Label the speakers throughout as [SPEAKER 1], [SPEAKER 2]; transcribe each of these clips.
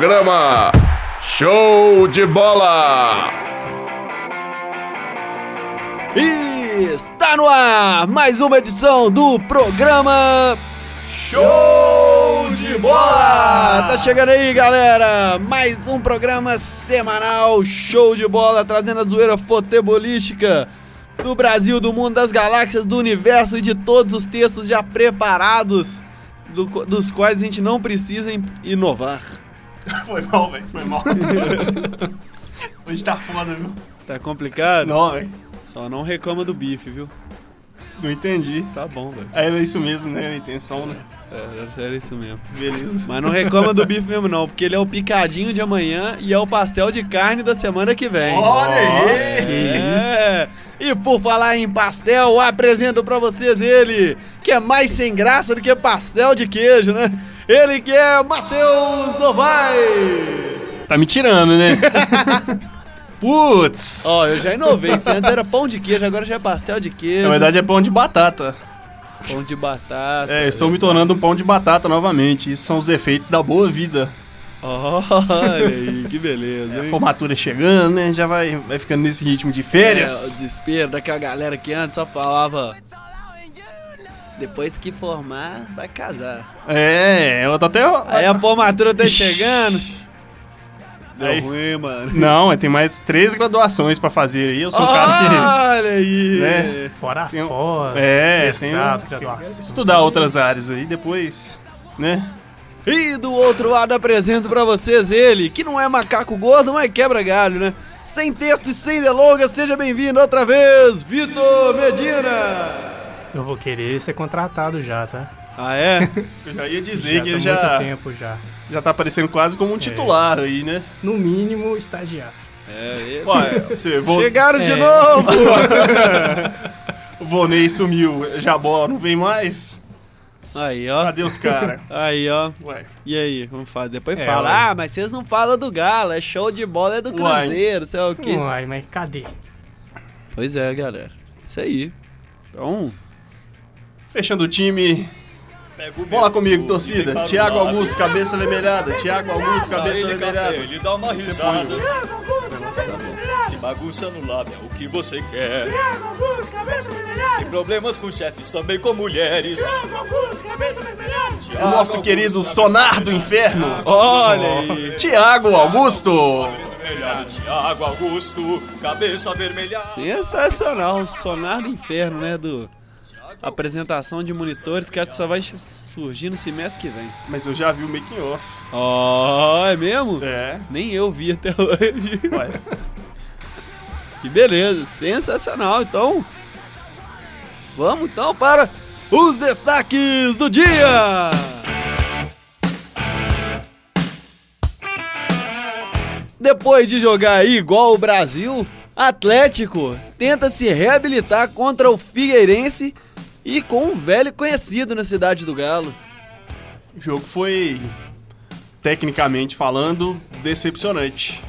[SPEAKER 1] programa Show de Bola.
[SPEAKER 2] Está no ar mais uma edição do programa
[SPEAKER 1] Show de Bola.
[SPEAKER 2] Tá chegando aí, galera! Mais um programa semanal Show de Bola trazendo a zoeira futebolística do Brasil, do mundo, das galáxias, do universo e de todos os textos já preparados, do- dos quais a gente não precisa im- inovar.
[SPEAKER 3] Foi mal, velho. Foi mal. Hoje tá foda, viu?
[SPEAKER 2] Tá complicado?
[SPEAKER 3] Não, velho.
[SPEAKER 2] Só não reclama do bife, viu?
[SPEAKER 3] Não entendi.
[SPEAKER 2] Tá bom, velho.
[SPEAKER 3] Era isso mesmo, né? Era a intenção, né?
[SPEAKER 2] É, era isso mesmo.
[SPEAKER 3] Beleza.
[SPEAKER 2] Mas não reclama do bife mesmo, não, porque ele é o picadinho de amanhã e é o pastel de carne da semana que vem.
[SPEAKER 3] Olha aí!
[SPEAKER 2] É. E por falar em pastel, eu apresento pra vocês ele, que é mais sem graça do que pastel de queijo, né? Ele que é Matheus Novaes.
[SPEAKER 3] Tá me tirando, né? Putz!
[SPEAKER 2] Ó, eu já inovei, se antes era pão de queijo, agora já é pastel de queijo,
[SPEAKER 3] Na verdade é pão de batata.
[SPEAKER 2] pão de batata.
[SPEAKER 3] É, eu estou me tornando um pão de batata novamente. Isso são os efeitos da boa vida.
[SPEAKER 2] Olha aí, que beleza,
[SPEAKER 3] A
[SPEAKER 2] hein?
[SPEAKER 3] formatura chegando, né? Já vai, vai ficando nesse ritmo de
[SPEAKER 2] É, o
[SPEAKER 3] férias.
[SPEAKER 2] desespero daquela galera que antes só falava. Depois que formar, vai casar.
[SPEAKER 3] É, eu tô até.
[SPEAKER 2] Aí a formatura tá
[SPEAKER 3] Ixi.
[SPEAKER 2] chegando. Deu
[SPEAKER 3] Aí-
[SPEAKER 2] ruim, mano.
[SPEAKER 3] Não, tem mais três graduações pra fazer aí. Eu sou um cara
[SPEAKER 2] Olha aí!
[SPEAKER 3] que. Né?
[SPEAKER 4] Fora as
[SPEAKER 3] Tem um-
[SPEAKER 4] pós,
[SPEAKER 3] É, tem
[SPEAKER 4] mestrado, tá.
[SPEAKER 3] um-
[SPEAKER 4] graduação.
[SPEAKER 3] estudar outras áreas aí depois, né?
[SPEAKER 2] E do outro lado apresento pra vocês ele, que não é macaco gordo, mas quebra galho, né? Sem texto e sem delongas, seja bem-vindo outra vez, Vitor Medina!
[SPEAKER 4] Eu vou querer ser contratado já, tá?
[SPEAKER 2] Ah, é?
[SPEAKER 3] Eu já ia dizer que
[SPEAKER 4] tô
[SPEAKER 3] ele
[SPEAKER 4] tá muito
[SPEAKER 3] já,
[SPEAKER 4] tempo É. já.
[SPEAKER 3] já tá aparecendo quase como um titular aí, né?
[SPEAKER 4] No mínimo, estagiário.
[SPEAKER 2] É, ele.
[SPEAKER 3] Ué, você, Vo-
[SPEAKER 2] Chegaram de
[SPEAKER 4] É.
[SPEAKER 2] novo!
[SPEAKER 3] o Vonei sumiu, Jabó não vem mais.
[SPEAKER 2] Aí, ó.
[SPEAKER 3] Cadê os caras?
[SPEAKER 2] Aí, ó.
[SPEAKER 3] Ué,
[SPEAKER 2] E aí, vamos falar. Depois
[SPEAKER 4] É,
[SPEAKER 2] fala,
[SPEAKER 4] ué.
[SPEAKER 2] ah, mas vocês não falam do Galo, é show de bola, é do
[SPEAKER 3] Uai.
[SPEAKER 2] Cruzeiro, sei lá o quê.
[SPEAKER 4] Uai, mas cadê?
[SPEAKER 2] Pois é, galera. Isso aí. Então,
[SPEAKER 3] fechando o time. Bola comigo, torcida. Thiago Augusto, cabeça vermelhada. Thiago Augusto, cabeça
[SPEAKER 5] Ele, café,
[SPEAKER 3] vermelhada.
[SPEAKER 5] ele dá uma risada. Se bagunça no lábio, é o que você quer. Tem problemas com chefes, também com mulheres.
[SPEAKER 3] O nosso querido Sonar do Inferno.
[SPEAKER 2] olha aí.
[SPEAKER 3] Thiago Augusto.
[SPEAKER 5] Tiago Augusto, cabeça vermelhada.
[SPEAKER 2] Sensacional, o sonar do inferno, né? Do apresentação de monitores que acho que só vai surgir no semestre que vem.
[SPEAKER 3] Mas eu já vi o making off.
[SPEAKER 2] Ó, é mesmo?
[SPEAKER 3] É.
[SPEAKER 2] Nem eu vi até hoje.
[SPEAKER 3] Ué.
[SPEAKER 2] Que beleza, sensacional. Então, vamos então para os destaques do dia. Depois de jogar aí igual o Brasil, Atlético tenta se reabilitar contra o Figueirense e com um velho conhecido na cidade do Galo.
[SPEAKER 3] O jogo foi, tecnicamente falando, decepcionante.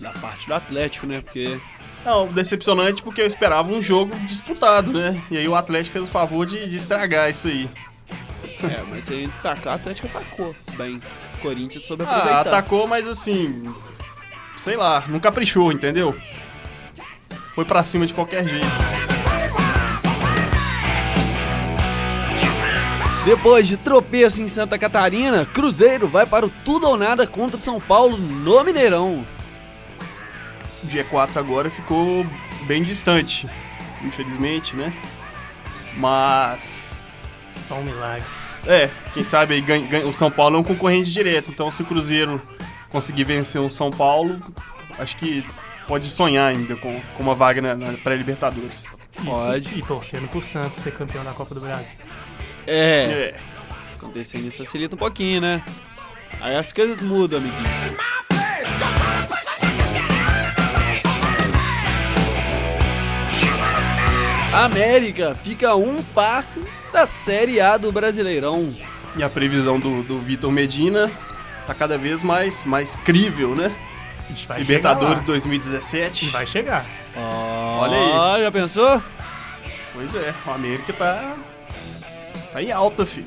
[SPEAKER 2] Da parte do Atlético, né? Porque
[SPEAKER 3] Não, decepcionante porque eu esperava um jogo disputado, né? E aí o Atlético fez o favor de, de estragar isso aí.
[SPEAKER 2] É, mas se a gente destacar, o Atlético atacou bem. O Corinthians soube
[SPEAKER 3] Ah,
[SPEAKER 2] aproveitar.
[SPEAKER 3] atacou, mas assim. Sei lá, não caprichou, entendeu? Foi pra cima de qualquer jeito.
[SPEAKER 2] Depois de tropeço em Santa Catarina, Cruzeiro vai para o tudo ou nada contra o São Paulo no Mineirão.
[SPEAKER 3] O G4 agora ficou bem distante, infelizmente, né? Mas.
[SPEAKER 4] Só um milagre.
[SPEAKER 3] É, quem sabe aí ganha- ganha- o São Paulo é um concorrente direto, então se o Cruzeiro conseguir vencer o São Paulo, acho que pode sonhar ainda com, com uma vaga na, na pré-Libertadores.
[SPEAKER 4] Isso.
[SPEAKER 2] Pode.
[SPEAKER 4] E torcendo pro Santos ser campeão da Copa do Brasil.
[SPEAKER 2] É,
[SPEAKER 3] É.
[SPEAKER 2] acontecendo isso facilita um pouquinho, né? Aí as coisas mudam, amiguinho. América fica a um passo da Série A do Brasileirão.
[SPEAKER 3] E a previsão do, do Vitor Medina tá cada vez mais, mais crível, né?
[SPEAKER 4] A gente vai
[SPEAKER 3] Libertadores
[SPEAKER 4] chegar
[SPEAKER 3] 2017.
[SPEAKER 4] lá. Vai chegar.
[SPEAKER 2] Olha aí. Já pensou?
[SPEAKER 3] Pois é, o América tá. tá em alta, filho.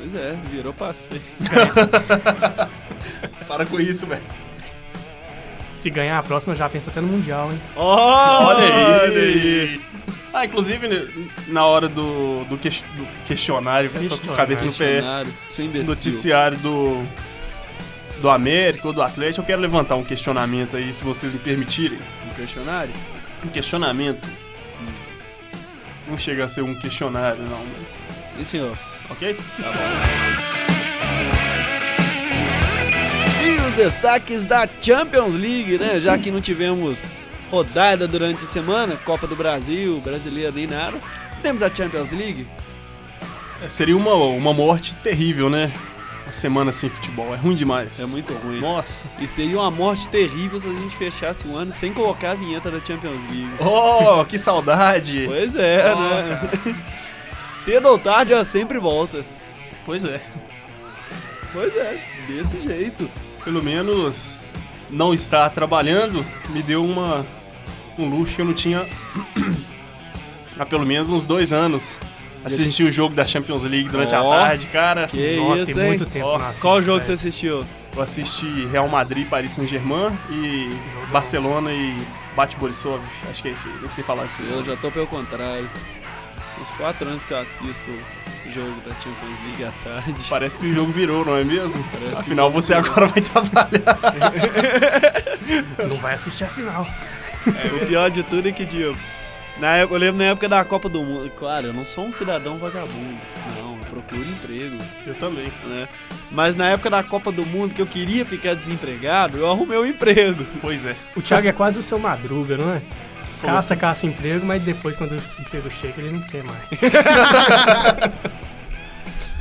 [SPEAKER 2] Pois é, virou passeio.
[SPEAKER 3] Para com isso, velho.
[SPEAKER 4] Se ganhar a próxima, já pensa até no Mundial, hein?
[SPEAKER 3] Olha aí. Ah, inclusive, né, na hora do, do, ques- do questionário, velho, tô com a cabeça no pé,
[SPEAKER 2] Bolsonaro, seu imbecil.
[SPEAKER 3] noticiário do, do América ou do Atlético, eu quero levantar um questionamento aí, se vocês me permitirem.
[SPEAKER 2] Um questionário?
[SPEAKER 3] Um questionamento. Não chega a ser um questionário, não, mas-
[SPEAKER 2] Sim, senhor.
[SPEAKER 3] ok?
[SPEAKER 2] E os destaques da Champions League, né? Já que não tivemos rodada durante a semana, Copa do Brasil, Brasileiro nem nada. Temos a Champions League.
[SPEAKER 3] É, Seria uma, uma morte terrível, né? Uma semana sem futebol, é ruim demais.
[SPEAKER 2] É muito ruim.
[SPEAKER 3] Nossa.
[SPEAKER 2] E seria uma morte terrível se a gente fechasse o ano sem colocar a vinheta da Champions League.
[SPEAKER 3] Oh, que saudade.
[SPEAKER 2] Pois é, né? Cedo ou tarde ela sempre volta.
[SPEAKER 3] Pois é.
[SPEAKER 2] Pois é, desse jeito.
[SPEAKER 3] Pelo menos não estar trabalhando me deu uma um luxo que eu não tinha há pelo menos uns dois anos. Assistir o jogo da Champions League durante a
[SPEAKER 2] Ó.
[SPEAKER 3] tarde, cara.
[SPEAKER 2] Que
[SPEAKER 4] Nossa,
[SPEAKER 2] isso,
[SPEAKER 4] tem
[SPEAKER 2] hein?
[SPEAKER 4] muito tempo
[SPEAKER 3] Ó,
[SPEAKER 4] na
[SPEAKER 2] Qual jogo que você assistiu?
[SPEAKER 3] Eu assisti Real Madrid, Paris Saint-Germain e Barcelona e Bate Borisov. Acho que é isso aí, nem sei falar isso.
[SPEAKER 2] Eu já tô pelo contrário. Uns quatro anos que eu assisto o jogo da Champions League à tarde.
[SPEAKER 3] Parece que o jogo virou, não é mesmo?
[SPEAKER 2] Parece que
[SPEAKER 3] Afinal, você agora vai trabalhar.
[SPEAKER 4] você... Não vai assistir a final.
[SPEAKER 2] O pior de tudo é que, tipo, na época, eu lembro na época da Copa do Mundo. Claro, eu não sou um cidadão vagabundo. Não, eu procuro emprego,
[SPEAKER 3] Eu também.
[SPEAKER 2] né? Mas na época da Copa do Mundo, que eu queria ficar desempregado, eu arrumei um emprego.
[SPEAKER 3] Pois é.
[SPEAKER 4] O Thiago é quase o seu madruga, não é?
[SPEAKER 3] Como assim?
[SPEAKER 4] Caça, caça emprego, mas depois quando o emprego chega, ele não quer mais.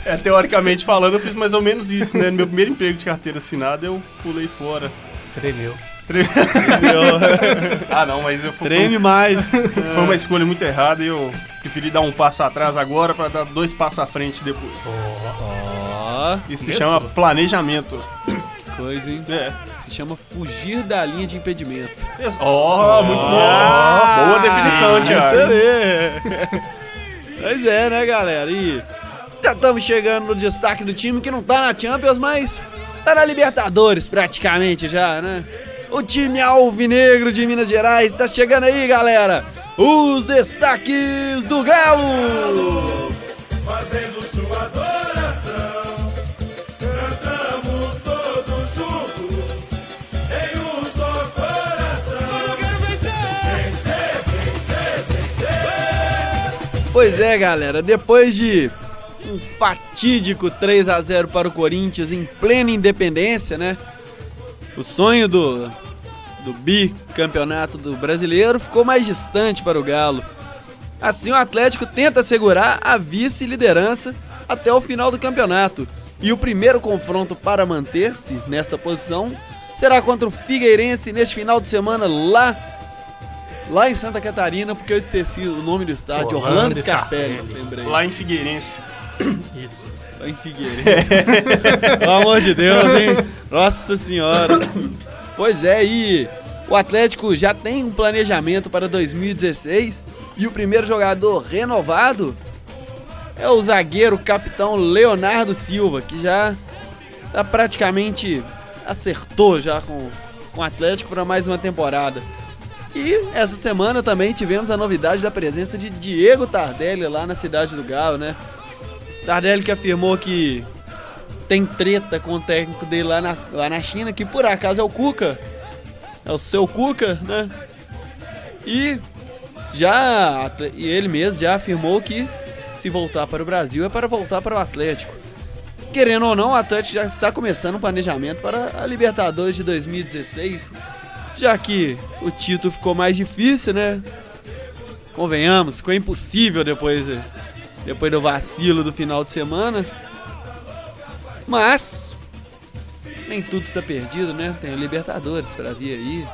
[SPEAKER 3] É, teoricamente falando, eu fiz mais ou menos isso, né? No meu primeiro emprego de carteira assinada, eu pulei fora.
[SPEAKER 4] Tremeu.
[SPEAKER 3] Ah, não, mas eu fui,
[SPEAKER 2] Treme mais.
[SPEAKER 3] foi uma escolha muito errada e eu preferi dar um passo atrás agora pra dar dois passos à frente depois.
[SPEAKER 2] Ó,
[SPEAKER 3] Isso se chama planejamento.
[SPEAKER 2] coisa, hein?
[SPEAKER 3] É.
[SPEAKER 2] Se chama fugir da linha de impedimento.
[SPEAKER 3] Isso. Ó, muito bom.
[SPEAKER 2] Ah,
[SPEAKER 3] Ah, Boa definição,
[SPEAKER 2] Você
[SPEAKER 3] Thiago.
[SPEAKER 2] vê. é Pois é, né, galera? E já estamos chegando no destaque do time que não tá na Champions, mas tá na Libertadores praticamente já, né? O time alvinegro de Minas Gerais tá chegando aí, galera. Os destaques do Galo. Pois é, galera, depois de um fatídico 3 a 0 para o Corinthians em plena independência, né? O sonho do, do bicampeonato do brasileiro ficou mais distante para o Galo. Assim, o Atlético tenta assegurar a vice-liderança até o final do campeonato. E o primeiro confronto para manter-se nesta posição será contra o Figueirense neste final de semana lá lá em Santa Catarina, porque eu esqueci o nome do estádio,
[SPEAKER 4] Orlando
[SPEAKER 2] Orlando Scarpelli,
[SPEAKER 4] Scarpelli.
[SPEAKER 2] lembrei.
[SPEAKER 3] Lá em Figueirense.
[SPEAKER 4] Isso.
[SPEAKER 2] Lá em Figueirense. Pelo amor de Deus, hein? Nossa senhora. Pois é, e o Atlético já tem um planejamento para 2016 e o primeiro jogador renovado é o zagueiro capitão Leonardo Silva, que já tá praticamente acertou já com, com o Atlético para mais uma temporada. E essa semana também tivemos a novidade da presença de Diego Tardelli lá na cidade do Galo, né? Tardelli que afirmou que tem treta com o técnico dele lá na, lá na China, que por acaso é o Cuca. É o seu Cuca, né? E já e ele mesmo já afirmou que se voltar para o Brasil é para voltar para o Atlético. Querendo ou não, o Atlético já está começando um planejamento para a Libertadores de 2016, já que o título ficou mais difícil, né? Convenhamos, ficou impossível depois eh, depois do vacilo do final de semana. Mas nem tudo está perdido, né? Tem o Libertadores para vir aí.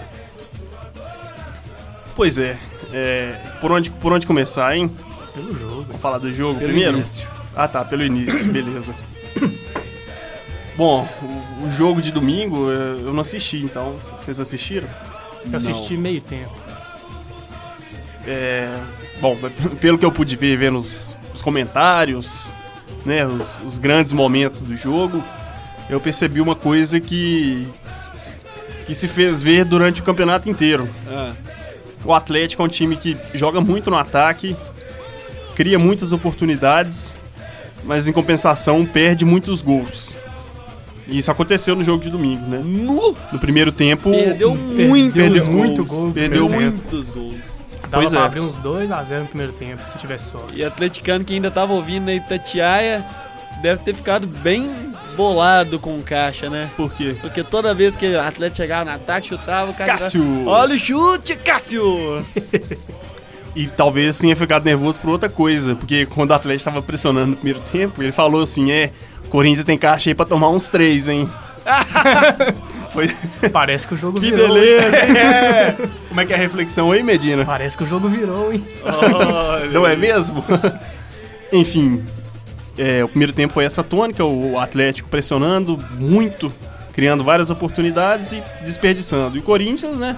[SPEAKER 3] Pois é. é, por, onde, por onde começar, hein?
[SPEAKER 4] Pelo jogo.
[SPEAKER 3] Vamos falar do jogo
[SPEAKER 2] Pelo
[SPEAKER 3] primeiro?
[SPEAKER 2] início.
[SPEAKER 3] Ah tá, pelo início, beleza. Bom, o, o jogo de domingo eh, eu não assisti, então vocês assistiram?
[SPEAKER 4] Eu assisti meio tempo.
[SPEAKER 3] É, bom, pelo que eu pude ver vendo os, os comentários, né, os, os grandes momentos do jogo, eu percebi uma coisa que que se fez ver durante o campeonato inteiro.
[SPEAKER 2] Ah,
[SPEAKER 3] O Atlético é um time que joga muito no ataque, cria muitas oportunidades, mas em compensação perde muitos gols. E isso aconteceu no jogo de domingo, né?
[SPEAKER 2] nu!
[SPEAKER 3] No primeiro tempo,
[SPEAKER 2] Perdeu muitos
[SPEAKER 3] perdeu
[SPEAKER 2] gols.
[SPEAKER 3] muito gol no
[SPEAKER 2] Perdeu
[SPEAKER 3] primeiro
[SPEAKER 2] muitos gols.
[SPEAKER 4] Dava
[SPEAKER 3] Pois
[SPEAKER 4] pra
[SPEAKER 3] é.
[SPEAKER 4] abrir uns 2x0 no primeiro tempo, se tivesse sorte.
[SPEAKER 2] E atleticano que ainda tava ouvindo na Itatiaia deve ter ficado bem bolado com o Caixa, né?
[SPEAKER 3] por quê?
[SPEAKER 2] Porque toda vez que o atleta chegava no ataque, chutava, o cara...
[SPEAKER 3] Cássio!
[SPEAKER 2] Olha o chute, Cássio!
[SPEAKER 3] E talvez tenha ficado nervoso por outra coisa, porque quando o Atlético tava pressionando no primeiro tempo, ele falou assim: é, Corinthians tem caixa aí pra tomar uns três, hein? Foi...
[SPEAKER 4] Parece que o jogo
[SPEAKER 3] Que
[SPEAKER 4] virou. hein?
[SPEAKER 3] beleza! hein? É. Como é que é a reflexão aí, Medina?
[SPEAKER 4] Parece que o jogo virou, hein?
[SPEAKER 3] Não é mesmo? Enfim, é, o primeiro tempo foi essa tônica, o Atlético pressionando muito, criando várias oportunidades e desperdiçando. E o Corinthians, né?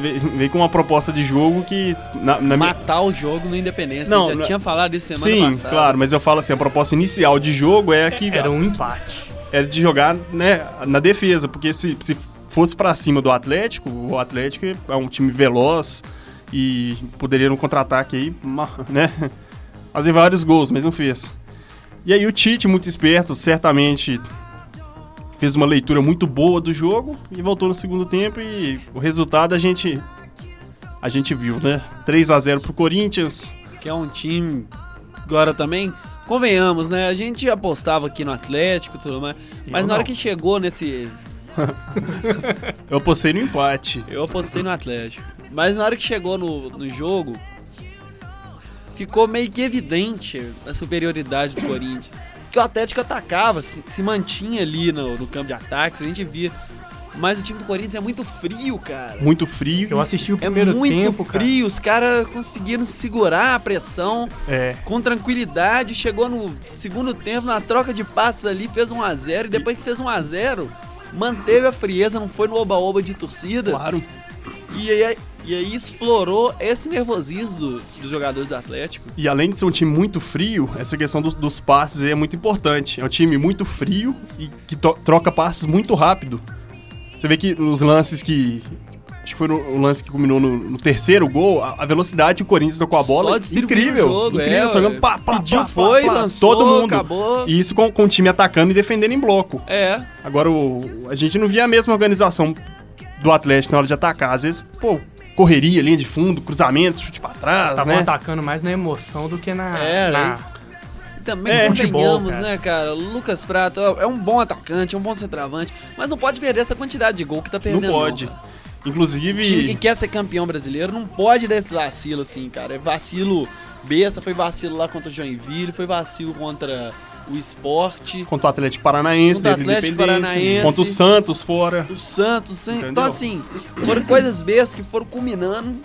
[SPEAKER 3] ve- Veio com uma proposta de jogo que, na, na minha-
[SPEAKER 2] Matar o jogo no Independência.
[SPEAKER 3] Não,
[SPEAKER 2] a gente já
[SPEAKER 3] não- é-
[SPEAKER 2] tinha falado isso semana
[SPEAKER 3] Sim,
[SPEAKER 2] passada.
[SPEAKER 3] claro, mas eu falo assim, a proposta inicial de jogo é a que
[SPEAKER 4] Era um empate.
[SPEAKER 3] era é de jogar né, na defesa, porque se, se fosse pra cima do Atlético, o Atlético é um time veloz e poderia no contra-ataque aí, ma- né, fazer vários gols, mas não fez. E aí o Tite, muito esperto, certamente fez uma leitura muito boa do jogo e voltou no segundo tempo e o resultado a gente a gente viu, né? 3 a 0 pro Corinthians.
[SPEAKER 2] Que é um time... Agora também, convenhamos, né? A gente apostava aqui no Atlético e tudo mais. Mas
[SPEAKER 4] Eu
[SPEAKER 2] na hora
[SPEAKER 4] não.
[SPEAKER 2] que chegou nesse...
[SPEAKER 3] Eu apostei no empate.
[SPEAKER 2] Eu apostei no Atlético. Mas na hora que chegou no, no jogo, ficou meio que evidente a superioridade do Corinthians. Que o Atlético atacava, se, se mantinha ali no, no campo de ataques, a gente via. Mas o time do Corinthians é muito frio, cara.
[SPEAKER 3] Muito frio.
[SPEAKER 4] Eu assisti o
[SPEAKER 2] É
[SPEAKER 4] primeiro
[SPEAKER 2] muito
[SPEAKER 4] tempo, cara.
[SPEAKER 2] frio, os caras conseguiram segurar a pressão
[SPEAKER 3] É.
[SPEAKER 2] com tranquilidade. Chegou no segundo tempo, na troca de passes ali, fez 1 a 0 E depois que fez 1 a 0 manteve a frieza, não foi no oba-oba de torcida.
[SPEAKER 3] Claro.
[SPEAKER 2] E aí, e aí explorou esse nervosismo do- dos jogadores do Atlético.
[SPEAKER 3] E além de ser um time muito frio, essa questão dos, dos passes aí é muito importante. É um time muito frio e que to- troca passes muito rápido. Você vê que nos lances que. Acho que foi no, o lance que culminou no, no terceiro gol, a, a velocidade que o Corinthians tocou a bola. é
[SPEAKER 2] Só distribuindo
[SPEAKER 3] incrível.
[SPEAKER 2] o jogo,
[SPEAKER 3] incrível,
[SPEAKER 2] é,
[SPEAKER 3] só jogando
[SPEAKER 2] ué.
[SPEAKER 3] pá, pá,
[SPEAKER 2] Pediu,
[SPEAKER 3] pá,
[SPEAKER 2] foi,
[SPEAKER 3] pá, pá,
[SPEAKER 2] lançou,
[SPEAKER 3] todo mundo.
[SPEAKER 2] acabou.
[SPEAKER 3] E isso com, com o time atacando e defendendo em bloco.
[SPEAKER 2] É,
[SPEAKER 3] Agora, o- a gente não via a mesma organização do Atlético na hora de atacar. Às vezes, pô, correria, linha de fundo, cruzamento, chute pra trás,
[SPEAKER 4] Eles estavam
[SPEAKER 3] né?
[SPEAKER 4] atacando mais na emoção do que na.
[SPEAKER 2] É,
[SPEAKER 4] na-
[SPEAKER 2] e também
[SPEAKER 4] É, futebol,
[SPEAKER 2] convenhamos,
[SPEAKER 4] cara.
[SPEAKER 2] né, cara? Lucas Prato é um bom atacante, é um bom centroavante, mas não pode perder essa quantidade de gol que tá
[SPEAKER 3] Não
[SPEAKER 2] perdendo.
[SPEAKER 3] pode.
[SPEAKER 2] cara.
[SPEAKER 3] Inclusive.
[SPEAKER 2] O time que quer ser campeão brasileiro não pode dar esse vacilo assim, cara. É vacilo besta, foi vacilo lá contra o Joinville, foi vacilo contra o esporte,
[SPEAKER 3] contra o Atlético Paranaense,
[SPEAKER 2] Contra o Atlético
[SPEAKER 3] Independência,
[SPEAKER 2] Paranaense.
[SPEAKER 3] contra o Santos fora.
[SPEAKER 2] o Santos. sem-
[SPEAKER 3] Entendeu?
[SPEAKER 2] Então, assim, foram coisas bestas que foram culminando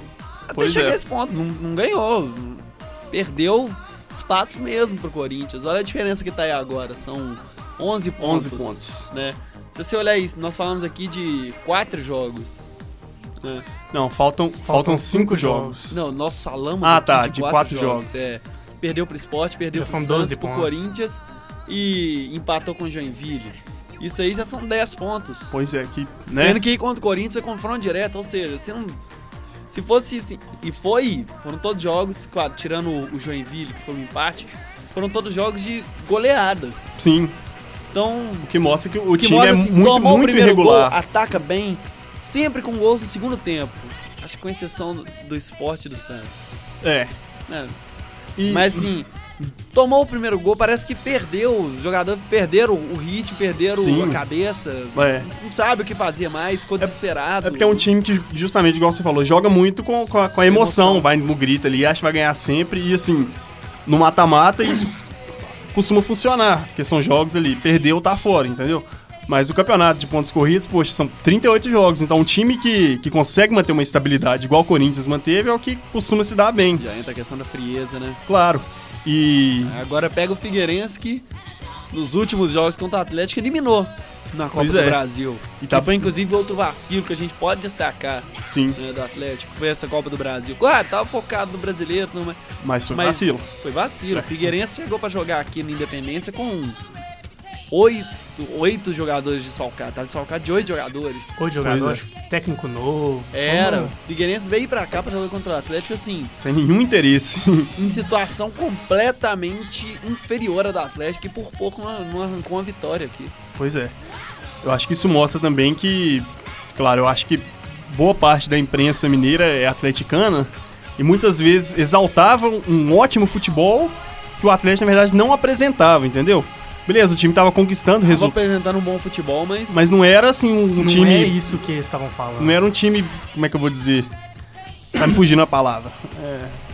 [SPEAKER 2] até
[SPEAKER 3] Pois
[SPEAKER 2] chegar
[SPEAKER 3] é.
[SPEAKER 2] a esse ponto. Não, não ganhou. Perdeu espaço mesmo pro Corinthians. Olha a diferença que tá aí agora. São 11 pontos.
[SPEAKER 3] 11 pontos.
[SPEAKER 2] Né? Se você olhar isso, nós falamos aqui de quatro jogos. né?
[SPEAKER 3] Não, faltam faltam 5
[SPEAKER 4] cinco
[SPEAKER 3] jogos.
[SPEAKER 2] Não, nós falamos
[SPEAKER 3] Ah,
[SPEAKER 2] aqui
[SPEAKER 3] tá,
[SPEAKER 2] de,
[SPEAKER 3] de
[SPEAKER 2] quatro
[SPEAKER 3] quatro
[SPEAKER 2] jogos.
[SPEAKER 3] jogos.
[SPEAKER 2] É. Perdeu pro esporte, perdeu
[SPEAKER 4] Já
[SPEAKER 2] pro
[SPEAKER 4] são
[SPEAKER 2] Santos,
[SPEAKER 4] 12
[SPEAKER 2] pro
[SPEAKER 4] pontos.
[SPEAKER 2] Corinthians e empatou com o Joinville. Isso aí já são 10 pontos.
[SPEAKER 3] Pois é, que, né?
[SPEAKER 2] Sendo que contra o Corinthians é confronto direto, ou seja, se não. Se fosse assim. E foi. Foram todos jogos, claro, tirando o Joinville, que foi um empate, foram todos jogos de goleadas.
[SPEAKER 3] Sim,
[SPEAKER 2] Então.
[SPEAKER 3] o que mostra que o
[SPEAKER 2] que
[SPEAKER 3] time
[SPEAKER 2] mostra,
[SPEAKER 3] é
[SPEAKER 2] assim,
[SPEAKER 3] muito,
[SPEAKER 2] tomou o
[SPEAKER 3] muito
[SPEAKER 2] primeiro
[SPEAKER 3] irregular.
[SPEAKER 2] Gol, ataca bem, sempre com gols no segundo tempo. Acho que com exceção do, do esporte do Santos.
[SPEAKER 3] É.
[SPEAKER 2] né?
[SPEAKER 3] E,
[SPEAKER 2] Mas assim, tomou o primeiro gol, parece que perdeu. Os jogadores perderam o ritmo, perderam
[SPEAKER 3] Sim.
[SPEAKER 2] a cabeça.
[SPEAKER 3] é.
[SPEAKER 2] Não sabe o que fazia mais, ficou desesperado.
[SPEAKER 3] É porque é um time que, justamente, igual você falou, joga muito com, com a, com a emoção,
[SPEAKER 2] Emoção.
[SPEAKER 3] Vai no grito ali, acha que vai ganhar sempre. E assim, no mata-mata, isso costuma funcionar. Porque são jogos ali, perdeu, tá fora, entendeu? Mas o campeonato de pontos corridos, poxa, são 38 jogos. Então, um time que, que consegue manter uma estabilidade igual o Corinthians manteve é o que costuma se dar bem,
[SPEAKER 2] Já entra a questão da frieza, né?
[SPEAKER 3] claro. E.
[SPEAKER 2] Agora pega o Figueirense que nos últimos jogos contra o Atlético eliminou na Copa
[SPEAKER 3] Pois
[SPEAKER 2] do
[SPEAKER 3] é.
[SPEAKER 2] Brasil.
[SPEAKER 3] E tá-
[SPEAKER 2] Que foi inclusive outro vacilo que a gente pode destacar
[SPEAKER 3] Sim,
[SPEAKER 2] né, do Atlético, foi essa Copa do Brasil. Ah, tava focado no brasileiro, não, mas,
[SPEAKER 3] mas foi
[SPEAKER 2] mas
[SPEAKER 3] vacilo.
[SPEAKER 2] foi vacilo. O Figueirense chegou pra jogar aqui no Independência com oito, oito jogadores de Salcar. Tava de Salcar de oito jogadores.
[SPEAKER 4] Ou jogador,
[SPEAKER 3] Pois é.
[SPEAKER 4] acho que técnico novo.
[SPEAKER 2] Era.
[SPEAKER 4] Vamos-
[SPEAKER 2] Figueirense veio pra cá pra jogar contra o Atlético, assim,
[SPEAKER 3] Sem nenhum interesse.
[SPEAKER 2] em situação completamente inferior à do Atlético e por pouco não, não arrancou uma vitória aqui.
[SPEAKER 3] Pois é. Eu acho que isso mostra também que, claro, eu acho que boa parte da imprensa mineira é atleticana e muitas vezes exaltavam um ótimo futebol que o Atlético, na verdade, não apresentava, entendeu? Beleza, o time tava conquistando
[SPEAKER 2] Tava
[SPEAKER 3] resultados,
[SPEAKER 2] apresentando um bom futebol, mas.
[SPEAKER 3] mas não era assim um
[SPEAKER 4] Não
[SPEAKER 3] time.
[SPEAKER 4] é isso que eles estavam falando.
[SPEAKER 3] Não era um time. Como é que eu vou dizer? Tá me fugindo a palavra.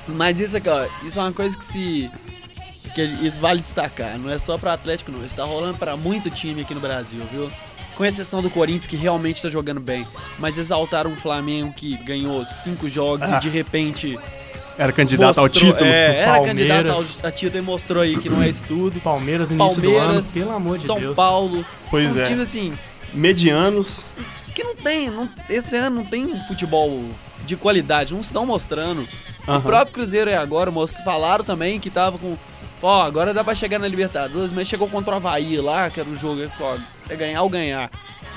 [SPEAKER 2] Mas isso aqui, ó, isso é uma coisa que se. Que isso vale destacar, não é só pra Atlético, não. Isso tá rolando pra muito time aqui no Brasil, viu? Com exceção do Corinthians, que realmente tá jogando bem. Mas exaltaram um Flamengo que ganhou cinco jogos
[SPEAKER 3] Ah.
[SPEAKER 2] e de repente.
[SPEAKER 3] Era candidato ao
[SPEAKER 2] mostrou-
[SPEAKER 3] título.
[SPEAKER 2] É, era
[SPEAKER 4] Palmeiras.
[SPEAKER 2] candidato ao, a título e mostrou aí que não é estudo.
[SPEAKER 4] Palmeiras no início
[SPEAKER 2] Palmeiras,
[SPEAKER 4] do ano, pelo amor de
[SPEAKER 2] São
[SPEAKER 4] Deus.
[SPEAKER 2] Paulo.
[SPEAKER 3] Pois
[SPEAKER 2] são
[SPEAKER 3] é.
[SPEAKER 2] times assim,
[SPEAKER 3] Medianos.
[SPEAKER 2] que não tem. não- esse ano não tem futebol de qualidade, não estão mostrando. O
[SPEAKER 3] Aham.
[SPEAKER 2] próprio Cruzeiro é agora, moço, falaram também que tava com. Ó, agora dá pra chegar na Libertadores, mas chegou contra o Havaí lá, que era um jogo, ó, é ganhar ou ganhar.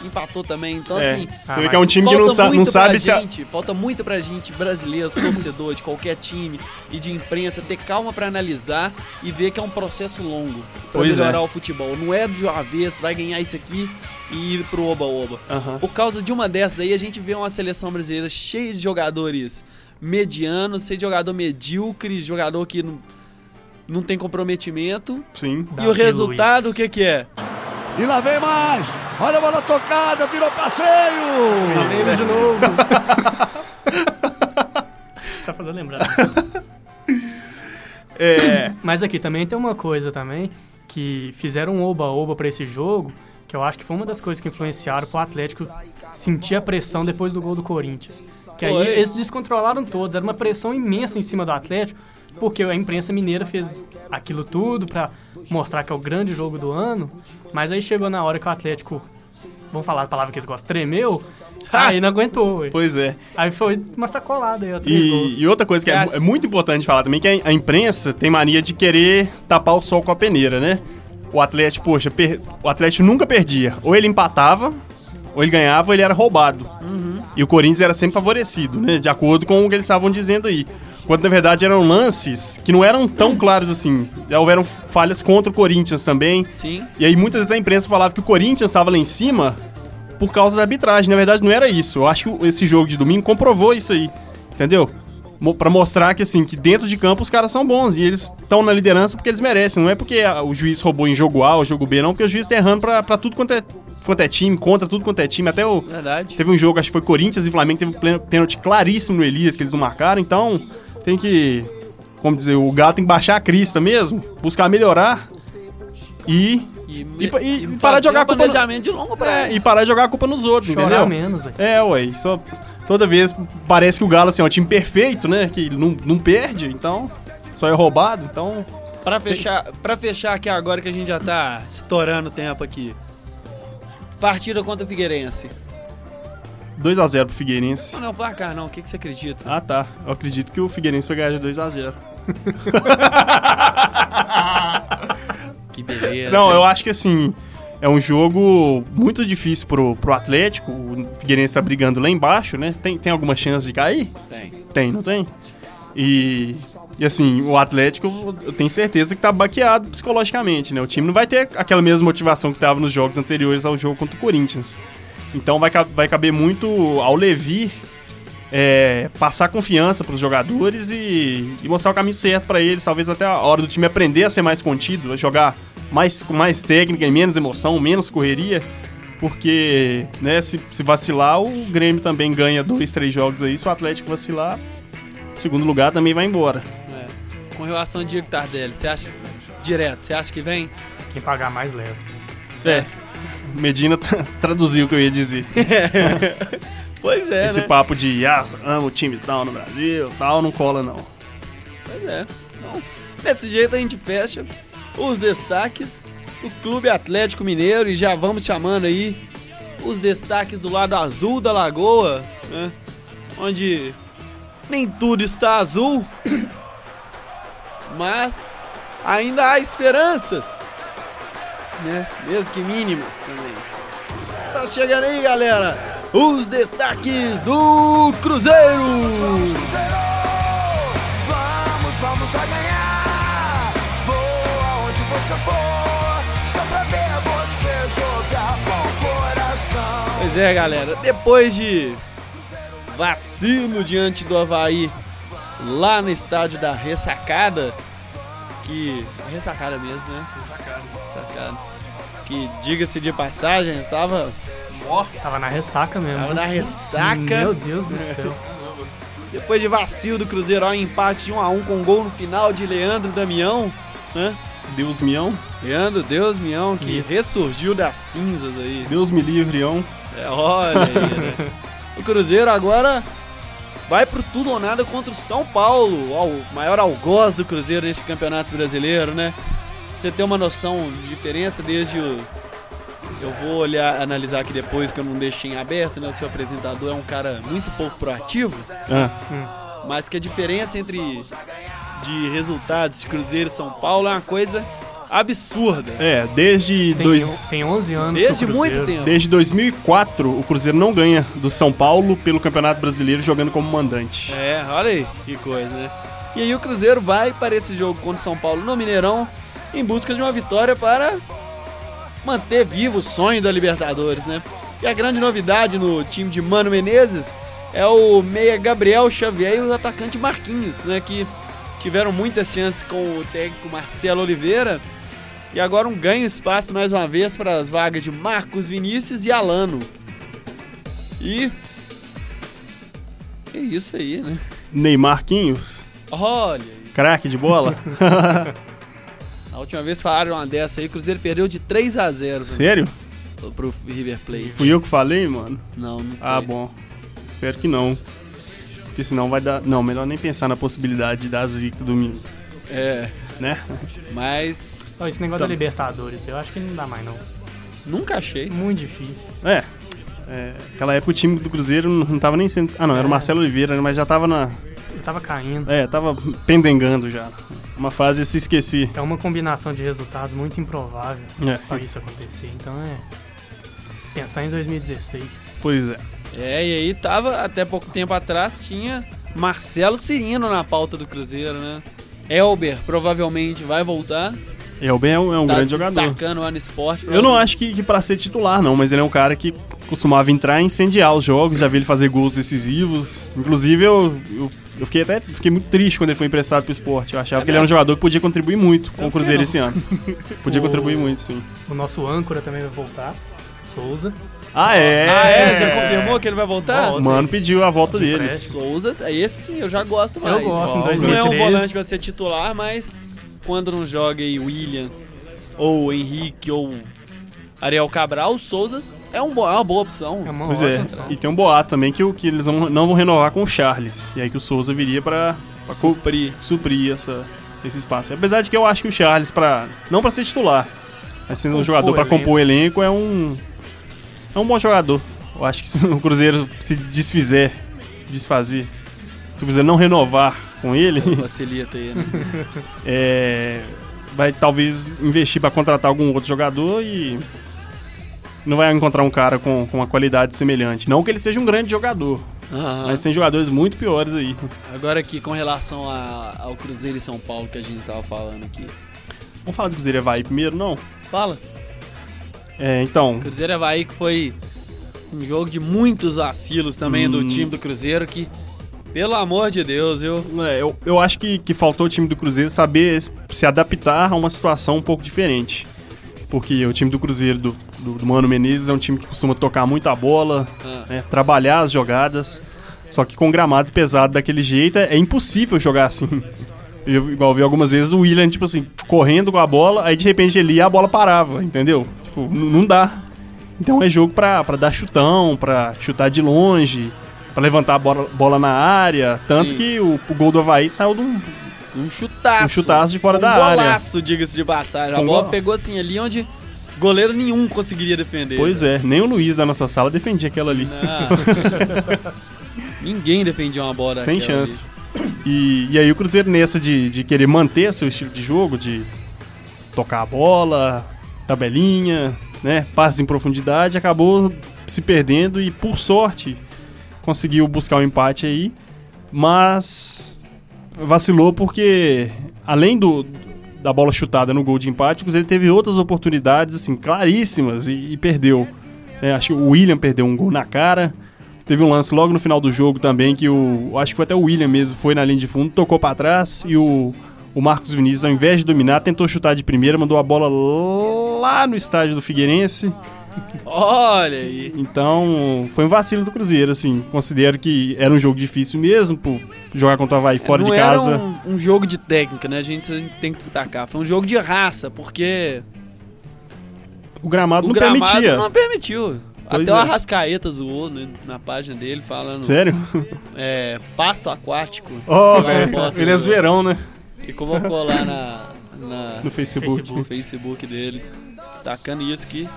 [SPEAKER 2] Empatou também, então
[SPEAKER 3] É.
[SPEAKER 2] assim.
[SPEAKER 3] Tu vê que é um time que não, sa-
[SPEAKER 2] muito
[SPEAKER 3] não
[SPEAKER 2] pra
[SPEAKER 3] sabe se a,
[SPEAKER 2] gente, falta muito pra gente brasileiro, torcedor de qualquer time e de imprensa ter calma pra analisar e ver que é um processo longo pra
[SPEAKER 3] Pois é.
[SPEAKER 2] melhorar o futebol. Não é de uma vez, vai ganhar isso aqui e ir pro oba-oba.
[SPEAKER 3] Aham.
[SPEAKER 2] Por causa de uma dessas aí, a gente vê uma seleção brasileira cheia de jogadores medianos, cheio de jogador medíocre, jogador que não, não tem comprometimento. e
[SPEAKER 3] Sim.
[SPEAKER 2] o
[SPEAKER 4] Davi
[SPEAKER 2] resultado,
[SPEAKER 4] Luiz.
[SPEAKER 2] o que que é?
[SPEAKER 6] E lá vem mais. Olha a bola tocada, virou passeio.
[SPEAKER 4] Palmeiras Tá de novo. Só fazer eu lembrar.
[SPEAKER 3] É.
[SPEAKER 4] Mas aqui também tem uma coisa também que fizeram um oba-oba pra esse jogo, que eu acho que foi uma das coisas que influenciaram pro Atlético sentir a pressão depois do gol do Corinthians. Que aí
[SPEAKER 2] Foi.
[SPEAKER 4] eles descontrolaram todos, era uma pressão imensa em cima do Atlético, porque a imprensa mineira fez aquilo tudo pra mostrar que é o grande jogo do ano, mas aí chegou na hora que o Atlético, vamos falar a palavra que eles gostam, tremeu, aí não aguentou, ué.
[SPEAKER 3] Pois é.
[SPEAKER 4] Aí foi uma sacolada aí, ó, três gols.
[SPEAKER 3] E, e outra coisa que
[SPEAKER 2] Você
[SPEAKER 3] é,
[SPEAKER 2] acha?
[SPEAKER 3] é muito importante falar também, que a, a imprensa tem mania de querer tapar o sol com a peneira, né? O Atlético, poxa, per- o Atlético nunca perdia. Ou ele empatava, ou ele ganhava, ou ele era roubado. E o Corinthians era sempre favorecido, né? De acordo com o que eles estavam dizendo aí. Quando na verdade eram lances que não eram tão claros assim. Já houveram falhas contra o Corinthians também.
[SPEAKER 2] Sim.
[SPEAKER 3] E aí muitas vezes a imprensa falava que o Corinthians estava lá em cima por causa da arbitragem. Na verdade, não era isso. Eu acho que esse jogo de domingo comprovou isso aí. Entendeu? Mo- Pra mostrar que, assim, que dentro de campo os caras são bons e eles estão na liderança porque eles merecem. Não é porque ah, o juiz roubou em jogo A ou jogo B, não, porque o juiz tá errando pra, pra tudo quanto é, quanto é time, contra tudo quanto é time. Até o.
[SPEAKER 2] Verdade.
[SPEAKER 3] Teve um jogo, acho que foi Corinthians e Flamengo, teve um plen- pênalti claríssimo no Elias que eles não marcaram, então tem que. Como dizer, o gato tem que baixar a crista mesmo, buscar melhorar e
[SPEAKER 2] E,
[SPEAKER 3] e pa- e parar de
[SPEAKER 2] fazer
[SPEAKER 3] jogar com
[SPEAKER 2] um
[SPEAKER 3] o Pan-
[SPEAKER 2] planejamento de longo prazo.
[SPEAKER 3] é, e parar de jogar a culpa nos outros,
[SPEAKER 4] Chorar
[SPEAKER 3] entendeu?
[SPEAKER 4] menos, ué.
[SPEAKER 3] É, ué, só toda vez parece que o Galo assim, é um time perfeito, né? Que não, não perde, então só é roubado, então
[SPEAKER 2] Pra fechar, pra fechar aqui agora que a gente já tá estourando o tempo aqui. Partida contra o Figueirense.
[SPEAKER 3] 2 a 0 pro Figueirense.
[SPEAKER 2] Não, não, placar não. O que, que você acredita?
[SPEAKER 3] Ah, tá. Eu acredito que o Figueirense vai ganhar de 2 a 0.
[SPEAKER 2] Que beleza.
[SPEAKER 3] Não, eu acho que assim, é um jogo muito difícil pro, pro Atlético. O Figueirense tá brigando lá embaixo, né? Tem, tem alguma chance de cair?
[SPEAKER 2] Tem.
[SPEAKER 3] Tem, não tem? E, e assim, o Atlético, eu tenho certeza que tá baqueado psicologicamente, né? O time não vai ter aquela mesma motivação que tava nos jogos anteriores ao jogo contra o Corinthians. Então vai, ca- vai caber muito ao Levi é, passar confiança pros jogadores e, e mostrar o caminho certo pra eles. Talvez até a hora do time aprender a ser mais contido, a jogar mais, com mais técnica e menos emoção, menos correria. Porque, né, se, se vacilar, o Grêmio também ganha dois, três jogos aí. Se o Atlético vacilar, segundo lugar também vai embora.
[SPEAKER 2] É. Com relação ao Diego Tardelli, você acha direto? Você acha que vem?
[SPEAKER 4] Quem pagar mais leva.
[SPEAKER 3] É. Medina tra- traduziu o que eu ia dizer.
[SPEAKER 2] Pois é,
[SPEAKER 3] Esse
[SPEAKER 2] né?
[SPEAKER 3] papo de ah, amo o time tal no Brasil, tal, não cola não.
[SPEAKER 2] Pois é. Então, desse jeito a gente fecha os destaques do Clube Atlético Mineiro e já vamos chamando aí os destaques do lado azul da lagoa, né? Onde nem tudo está azul, mas ainda há esperanças. né? Mesmo que mínimas também. Tá chegando aí, galera, os destaques do Cruzeiro!
[SPEAKER 7] Vamos, vamos a ganhar. Vou aonde você for, só pra ver você jogar com o coração.
[SPEAKER 2] Pois é, galera, depois de vacilo diante do Havaí lá no estádio da Ressacada, que. Ressacada mesmo, né? Ressacada. Que, diga-se de passagem, estava
[SPEAKER 4] Tava na ressaca mesmo.
[SPEAKER 2] Tava na ressaca.
[SPEAKER 4] Meu Deus do céu.
[SPEAKER 2] Depois de vacilo do Cruzeiro, ó, empate de 1 a 1 com gol no final de Leandro Damião, né?
[SPEAKER 3] Deus mião,
[SPEAKER 2] Leandro Deus Mião, que ressurgiu das cinzas aí.
[SPEAKER 3] Deus me livre, ião.
[SPEAKER 2] É, olha aí, né? O Cruzeiro agora vai pro tudo ou nada contra o São Paulo, ó, o maior algoz do Cruzeiro neste campeonato brasileiro, né? Pra você ter uma noção de diferença desde o. Eu vou olhar, analisar aqui depois que eu não deixei em aberto, né? O seu apresentador é um cara muito pouco proativo.
[SPEAKER 3] Ah,
[SPEAKER 2] Mas que a diferença entre de resultados de Cruzeiro e São Paulo é uma coisa absurda.
[SPEAKER 3] é, desde
[SPEAKER 4] Tem,
[SPEAKER 3] dois,
[SPEAKER 4] tem 11 anos. que o
[SPEAKER 2] Desde
[SPEAKER 4] Cruzeiro-
[SPEAKER 2] muito tempo.
[SPEAKER 3] desde 2004 o Cruzeiro não ganha do São Paulo pelo Campeonato Brasileiro jogando como mandante.
[SPEAKER 2] É, olha aí que coisa, né? E aí o Cruzeiro vai para esse jogo contra o São Paulo no Mineirão em busca de uma vitória para manter vivo o sonho da Libertadores, né? E a grande novidade no time de Mano Menezes é o meia Gabriel Xavier e o atacante Marquinhos, né? Que tiveram muitas chances com o técnico Marcelo Oliveira e agora um ganho espaço mais uma vez para as vagas de Marcos Vinícius e Alano. E... É isso aí, né?
[SPEAKER 3] Neymar Quinhos,
[SPEAKER 2] Olha, aí.
[SPEAKER 3] craque de bola.
[SPEAKER 2] a última vez falaram uma dessa aí, o Cruzeiro perdeu de 3 a 0
[SPEAKER 3] Sério?
[SPEAKER 2] pro, pro River Plate.
[SPEAKER 3] Fui eu que falei, mano?
[SPEAKER 2] Não, não sei.
[SPEAKER 3] Ah, bom. Espero que não. Porque senão vai dar. Não, melhor nem pensar na possibilidade de dar zica domingo,
[SPEAKER 2] É,
[SPEAKER 3] né?
[SPEAKER 2] mas
[SPEAKER 4] Ó, esse negócio da Libertadores, eu acho que não dá mais, não.
[SPEAKER 2] nunca achei.
[SPEAKER 4] Muito difícil.
[SPEAKER 3] É. É, Aquela época o time do Cruzeiro não não tava nem sendo. Ah,
[SPEAKER 2] É.
[SPEAKER 3] não, era o Marcelo Oliveira, né? mas já tava na.
[SPEAKER 4] Eu tava caindo.
[SPEAKER 3] É, tava pendengando já. Uma fase eu se esqueci.
[SPEAKER 4] É uma combinação de resultados muito improvável
[SPEAKER 3] É.
[SPEAKER 4] pra isso acontecer. Então é. Pensar em 2016.
[SPEAKER 3] Pois é.
[SPEAKER 2] É, e aí tava, até pouco tempo atrás, tinha Marcelo Cirino na pauta do Cruzeiro, né? Elber provavelmente vai voltar,
[SPEAKER 3] Elben é um, é um
[SPEAKER 2] tá
[SPEAKER 3] grande
[SPEAKER 2] se
[SPEAKER 3] jogador.
[SPEAKER 2] destacando lá no esporte.
[SPEAKER 3] Eu não acho que, que para ser titular, não, mas ele é um cara que costumava entrar e incendiar os jogos, já vi ele fazer gols decisivos. Inclusive, eu, eu, eu fiquei até fiquei muito triste quando ele foi emprestado pro esporte. Eu achava
[SPEAKER 2] É
[SPEAKER 3] que ele era um jogador que podia contribuir muito com o Cruzeiro esse ano. Podia contribuir muito, sim.
[SPEAKER 4] O nosso âncora também vai voltar. Souza.
[SPEAKER 3] Ah, é?
[SPEAKER 2] Ah, é? Já confirmou que ele vai voltar?
[SPEAKER 3] O Mano pediu a volta
[SPEAKER 4] De
[SPEAKER 3] dele.
[SPEAKER 4] empréstimo.
[SPEAKER 2] Souzas, é esse sim, eu já gosto mais.
[SPEAKER 4] Eu gosto, em
[SPEAKER 2] Não é um
[SPEAKER 4] 2013.
[SPEAKER 2] volante pra ser titular, mas quando não joga aí Williams, ou Henrique, ou Ariel Cabral, o Souzas é, um bo- é uma boa opção.
[SPEAKER 4] É uma
[SPEAKER 3] Pois
[SPEAKER 4] ótima
[SPEAKER 3] é.
[SPEAKER 4] opção.
[SPEAKER 3] E tem um boato também que, o- que eles vão- não vão renovar com o Charles. E aí que o Souza viria pra, pra co-
[SPEAKER 2] Supri.
[SPEAKER 3] suprir essa, esse espaço. Apesar de que eu acho que o Charles, pra, não pra ser titular, mas sendo um jogador pra
[SPEAKER 4] elenco.
[SPEAKER 3] compor o elenco, é um, é um bom jogador. Eu acho que se o Cruzeiro se desfizer, desfazer, se o Cruzeiro não renovar com ele,
[SPEAKER 2] Facilita aí, né?
[SPEAKER 3] é, vai talvez investir pra contratar algum outro jogador e não vai encontrar um cara com, com uma qualidade semelhante. Não que ele seja um grande jogador,
[SPEAKER 2] Aham.
[SPEAKER 3] mas tem jogadores muito piores aí.
[SPEAKER 2] Ah, Agora aqui, com relação a- ao Cruzeiro e São Paulo que a gente tava falando aqui.
[SPEAKER 3] Vamos falar do Cruzeiro e Havaí primeiro, não?
[SPEAKER 2] Fala.
[SPEAKER 3] É, então,
[SPEAKER 2] Cruzeiro e Havaí que foi um jogo de muitos vacilos também do
[SPEAKER 3] Hum.
[SPEAKER 2] time do Cruzeiro que, pelo amor de Deus, eu...
[SPEAKER 3] É, eu, eu acho que, que faltou o time do Cruzeiro saber es- se adaptar a uma situação um pouco diferente. Porque o time do Cruzeiro, do, do, do Mano Menezes, é um time que costuma tocar muito a bola,
[SPEAKER 2] Ah.
[SPEAKER 3] né, trabalhar as jogadas. Só que com gramado pesado daquele jeito, é, é impossível jogar assim. Eu, igual eu vi algumas vezes o William, tipo assim, correndo com a bola, aí de repente ele ia a bola parava, entendeu? Tipo, n- não dá. Então é jogo pra, pra dar chutão, pra chutar de longe, pra levantar a bola, bola na área. Tanto
[SPEAKER 2] Sim.
[SPEAKER 3] que o, o gol do Havaí saiu de um.
[SPEAKER 2] Um chutaço.
[SPEAKER 3] Um chutaço de fora
[SPEAKER 2] um
[SPEAKER 3] da área.
[SPEAKER 2] golaço, diga-se de passagem. A
[SPEAKER 3] Um
[SPEAKER 2] bola
[SPEAKER 3] gol-
[SPEAKER 2] pegou assim ali onde goleiro nenhum conseguiria defender.
[SPEAKER 3] Pois é, nem o Luiz da nossa sala defendia aquela ali.
[SPEAKER 2] Ninguém defendia uma bola
[SPEAKER 3] Sem
[SPEAKER 2] daquela ali.
[SPEAKER 3] chance. E, e aí o Cruzeiro nessa de, de querer manter seu estilo de jogo, de tocar a bola, tabelinha, né? Passes em profundidade, acabou se perdendo e, por sorte, conseguiu buscar o empate aí, mas vacilou porque, além do da bola chutada no gol de empate, ele teve outras oportunidades assim claríssimas e, e perdeu. É, acho que o William perdeu um gol na cara. Teve um lance logo no final do jogo também que o acho que foi até o William mesmo foi na linha de fundo, tocou pra trás e o, o Marcos Vinícius, ao invés de dominar, tentou chutar de primeira, mandou a bola lá no estádio do Figueirense.
[SPEAKER 2] Olha aí.
[SPEAKER 3] Então, foi um vacilo do Cruzeiro, assim. Considero que era um jogo difícil mesmo, por jogar contra o Havaí fora
[SPEAKER 2] Não
[SPEAKER 3] de
[SPEAKER 2] era
[SPEAKER 3] casa.
[SPEAKER 2] Um, um jogo de técnica, né? A gente, a gente tem que destacar. Foi um jogo de raça, porque
[SPEAKER 3] O gramado
[SPEAKER 2] o
[SPEAKER 3] não
[SPEAKER 2] gramado
[SPEAKER 3] permitia.
[SPEAKER 2] não permitiu.
[SPEAKER 3] Pois
[SPEAKER 2] Até o
[SPEAKER 3] é.
[SPEAKER 2] Arrascaeta zoou né, na página dele, falando
[SPEAKER 3] Sério?
[SPEAKER 2] é, pasto aquático.
[SPEAKER 3] Ó,
[SPEAKER 2] Lá
[SPEAKER 3] velho.
[SPEAKER 2] foto
[SPEAKER 3] Ele é
[SPEAKER 2] do-
[SPEAKER 3] zoeirão, né?
[SPEAKER 2] E colocou lá na, na-
[SPEAKER 3] No Facebook.
[SPEAKER 2] no Facebook dele, destacando isso que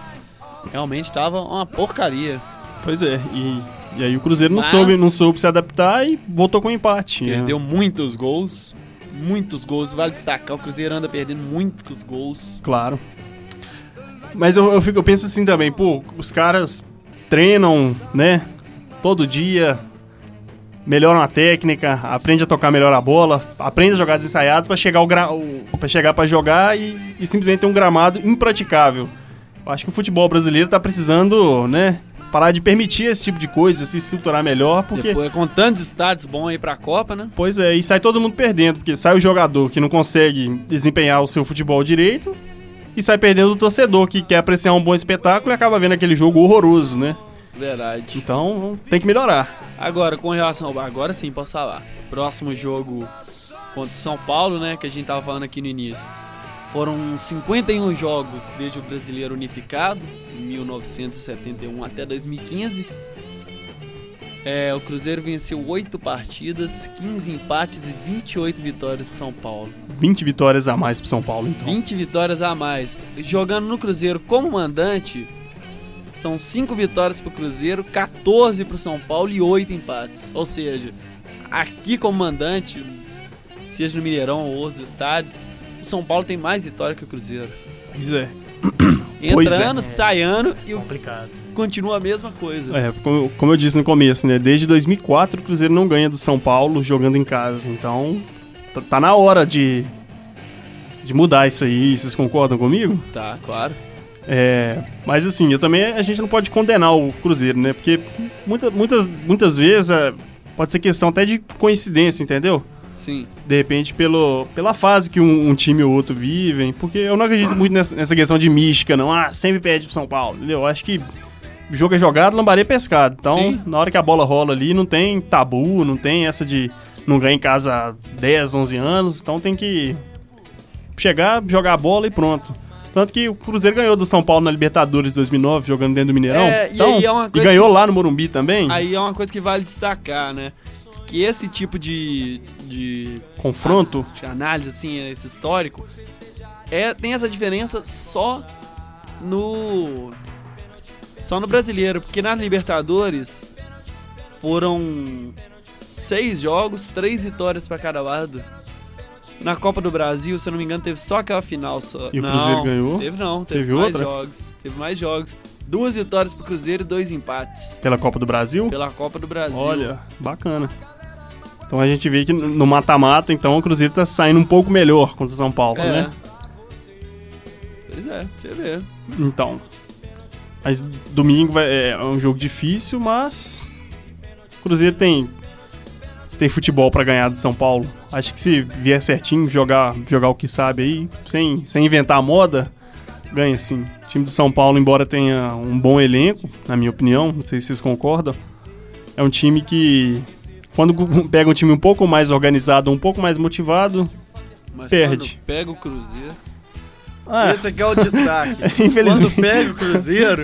[SPEAKER 2] realmente tava uma porcaria.
[SPEAKER 3] Pois é. E, e aí o Cruzeiro não
[SPEAKER 2] Mas-
[SPEAKER 3] soube, não soube se adaptar e voltou com um empate. né?
[SPEAKER 2] Perdeu muitos gols. Muitos gols, vale destacar. O Cruzeiro anda perdendo muitos gols.
[SPEAKER 3] Claro. Mas eu, eu, fico, eu penso assim também, pô, os caras treinam, né? Todo dia, melhoram a técnica, aprende a tocar melhor a bola, aprende a jogar ensaiados pra chegar, o gra... para chegar pra jogar e, e simplesmente ter um gramado impraticável. Eu acho que o futebol brasileiro tá precisando, né? Parar de permitir esse tipo de coisa, se estruturar melhor, porque.
[SPEAKER 2] Depois, com tantos estádios bons aí pra Copa, né?
[SPEAKER 3] Pois é, e sai todo mundo perdendo, porque sai o jogador que não consegue desempenhar o seu futebol direito e sai perdendo o torcedor que quer apreciar um bom espetáculo e acaba vendo aquele jogo horroroso, né?
[SPEAKER 2] Verdade.
[SPEAKER 3] Então tem que melhorar.
[SPEAKER 2] Agora, com relação ao. Agora sim, posso falar. Próximo jogo contra o São Paulo, né? Que a gente tava falando aqui no início. Foram 51 jogos desde o Brasileiro Unificado, em 1971 até 2015. É, o Cruzeiro venceu 8 partidas, 15 empates e 28 vitórias de São Paulo.
[SPEAKER 3] 20 vitórias a mais pro São Paulo, então.
[SPEAKER 2] 20 vitórias a mais. Jogando no Cruzeiro como mandante, são 5 vitórias pro Cruzeiro, 14 pro São Paulo e 8 empates. Ou seja, aqui como mandante, seja no Mineirão ou outros estádios, o São Paulo tem mais vitória que o Cruzeiro.
[SPEAKER 3] Pois é. Pois é.
[SPEAKER 2] Entra ano, sai ano e o-
[SPEAKER 4] Complicado.
[SPEAKER 2] continua a mesma coisa.
[SPEAKER 3] É, como, como eu disse no começo, né? Desde 2004 o Cruzeiro não ganha do São Paulo jogando em casa. Então tá, tá na hora de, de mudar isso aí. Vocês concordam comigo?
[SPEAKER 2] Tá, claro.
[SPEAKER 3] É, mas assim, eu também a gente não pode condenar o Cruzeiro, né? Porque muita, muitas, muitas vezes é, pode ser questão até de coincidência, entendeu?
[SPEAKER 2] Sim.
[SPEAKER 3] De repente, pelo, pela fase que um, um time ou outro vivem. Porque eu não acredito muito nessa, nessa questão de mística, não. Ah, sempre perde pro São Paulo, entendeu? Eu acho que jogo é jogado, lambaré é pescado. Então,
[SPEAKER 2] Sim.
[SPEAKER 3] na hora que a bola rola ali, não tem tabu, não tem essa de não ganhar em casa há 10, 11 anos. Então tem que chegar, jogar a bola e pronto. Tanto que o Cruzeiro ganhou do São Paulo na Libertadores de 2009, jogando dentro do Mineirão.
[SPEAKER 2] É, e
[SPEAKER 3] então,
[SPEAKER 2] aí é uma coisa
[SPEAKER 3] ganhou lá no Morumbi também.
[SPEAKER 2] Aí é uma coisa que vale destacar, né? Que esse tipo de- de
[SPEAKER 3] confronto.
[SPEAKER 2] de análise, assim, esse histórico, é, tem essa diferença só no. Só no brasileiro, porque na Libertadores foram seis jogos, três vitórias pra cada lado. Na Copa do Brasil, se eu não me engano, teve só aquela final só.
[SPEAKER 3] E o
[SPEAKER 2] Não,
[SPEAKER 3] Cruzeiro ganhou?
[SPEAKER 2] Teve não, teve,
[SPEAKER 3] Teve
[SPEAKER 2] mais
[SPEAKER 3] outra?
[SPEAKER 2] jogos. Teve mais jogos. Duas vitórias pro Cruzeiro e dois empates
[SPEAKER 3] Pela Copa do Brasil.
[SPEAKER 2] pela Copa do Brasil.
[SPEAKER 3] Olha, bacana. Então a gente vê que no mata-mata, então o Cruzeiro tá saindo um pouco melhor contra o São Paulo,
[SPEAKER 2] é.
[SPEAKER 3] né?
[SPEAKER 2] Pois é, você vê.
[SPEAKER 3] Então. Mas domingo vai- é é um jogo difícil, mas. O Cruzeiro tem. Tem futebol pra ganhar do São Paulo. Acho que se vier certinho, jogar, jogar o que sabe aí, sem, sem inventar a moda, ganha sim. O time do São Paulo, embora tenha um bom elenco, na minha opinião, não sei se vocês concordam, é um time que. Quando pega um time um pouco mais organizado, um pouco mais motivado,
[SPEAKER 2] Mas
[SPEAKER 3] Perde.
[SPEAKER 2] quando pega o Cruzeiro.
[SPEAKER 3] ah,
[SPEAKER 2] Esse aqui é o destaque.
[SPEAKER 3] Infelizmente.
[SPEAKER 2] Quando pega o Cruzeiro,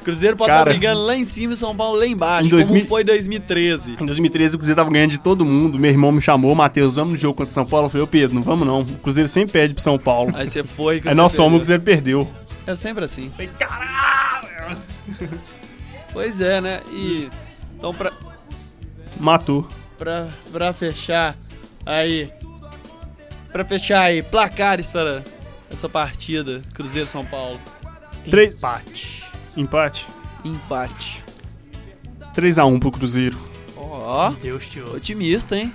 [SPEAKER 2] o Cruzeiro pode estar
[SPEAKER 3] Cara.
[SPEAKER 2] brigando lá em cima e o São Paulo lá embaixo,
[SPEAKER 3] Em 2000
[SPEAKER 2] como foi em 2013.
[SPEAKER 3] Em 2013 o Cruzeiro tava ganhando de todo mundo. Meu irmão me chamou, Matheus, vamos no jogo contra o São Paulo. Eu falei, ô Pedro, não vamos não. O Cruzeiro sempre perde pro São Paulo.
[SPEAKER 2] Aí você foi.
[SPEAKER 3] Aí nós
[SPEAKER 2] você
[SPEAKER 3] somos, o
[SPEAKER 2] perdeu.
[SPEAKER 3] Cruzeiro perdeu.
[SPEAKER 2] É sempre assim.
[SPEAKER 3] Falei, caralho!
[SPEAKER 2] Pois é, né? E. Então, pra,
[SPEAKER 3] Matou.
[SPEAKER 2] pra, pra fechar aí. Pra fechar aí, placares para essa partida? Cruzeiro-São Paulo.
[SPEAKER 3] Três-
[SPEAKER 4] Empate.
[SPEAKER 3] Empate.
[SPEAKER 2] Empate.
[SPEAKER 3] 3x1 pro Cruzeiro.
[SPEAKER 2] Ó,
[SPEAKER 4] Deus te ouve.
[SPEAKER 2] otimista, hein?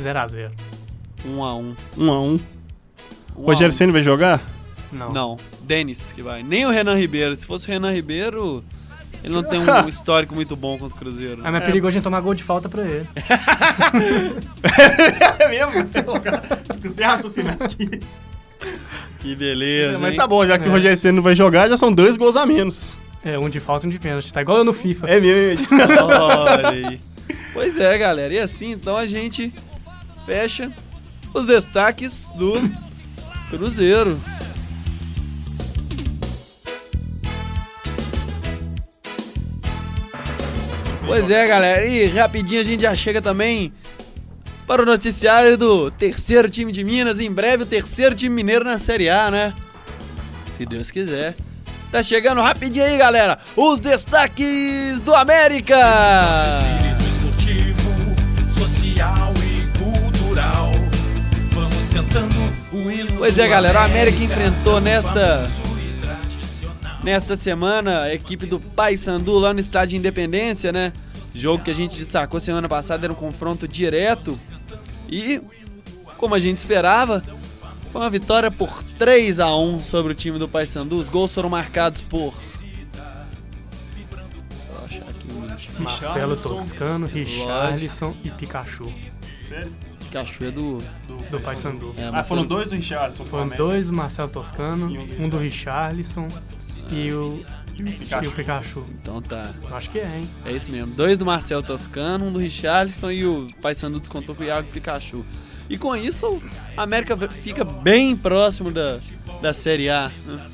[SPEAKER 4] 0x0.
[SPEAKER 2] 1 a 1
[SPEAKER 3] 1x1.
[SPEAKER 2] Um
[SPEAKER 3] O um
[SPEAKER 2] a
[SPEAKER 3] Rogério
[SPEAKER 2] um.
[SPEAKER 3] Senna vai jogar?
[SPEAKER 4] Não.
[SPEAKER 2] Não, Denis que vai. Nem o Renan Ribeiro. Se fosse o Renan Ribeiro, ele não tem um histórico muito bom contra o Cruzeiro.
[SPEAKER 4] Ah,
[SPEAKER 2] né?
[SPEAKER 4] mas é perigoso a gente tomar gol de falta pra ele.
[SPEAKER 3] É mesmo? Você raciocinar aqui.
[SPEAKER 2] Que beleza.
[SPEAKER 3] Mas
[SPEAKER 2] hein?
[SPEAKER 3] tá bom, já que
[SPEAKER 4] É.
[SPEAKER 3] o Rogério Senna não vai jogar, já são dois gols a menos.
[SPEAKER 4] É, um de falta e um de pênalti. Tá igual eu no FIFA.
[SPEAKER 3] É mesmo, hein?
[SPEAKER 2] Olha aí. Pois é, galera. E assim, então a gente fecha os destaques do Cruzeiro. Pois é, galera. E rapidinho a gente já chega também para o noticiário do terceiro time de Minas. Em breve, o terceiro time mineiro na Série A, né? Se Deus quiser. Tá chegando rapidinho aí, galera. Os destaques do América.
[SPEAKER 7] espírito esportivo, social e cultural. Vamos cantando o hino.
[SPEAKER 2] Pois
[SPEAKER 7] do
[SPEAKER 2] é, galera, o América
[SPEAKER 7] América.
[SPEAKER 2] enfrentou nesta-
[SPEAKER 7] Famoso e tradicional.
[SPEAKER 2] Nesta semana, a equipe do Paysandu lá no estádio Independência, né? Jogo que a gente destacou semana passada era um confronto direto. E, como a gente esperava, foi uma vitória por 3 a 1 sobre o time do Paysandu. Os gols foram marcados por. Deixa eu achar aqui um
[SPEAKER 4] Marcelo Toscano, Richarlison e Pikachu.
[SPEAKER 2] um cachoeiro do.
[SPEAKER 4] Do Paysandu.
[SPEAKER 2] É,
[SPEAKER 3] Ah,
[SPEAKER 2] mas
[SPEAKER 3] foram
[SPEAKER 2] foi-
[SPEAKER 3] dois do Richardson.
[SPEAKER 4] Foram os dois, o Marcelo Toscano, um do Richarlison e o, e o Pikachu.
[SPEAKER 2] Então tá.
[SPEAKER 4] Eu acho que é, hein?
[SPEAKER 2] É isso mesmo. Dois do Marcel Toscano, um do Richarlison e o Paysandu descontou com o Iago Pikachu. E com isso, a América v- fica bem próximo da, da Série A. né?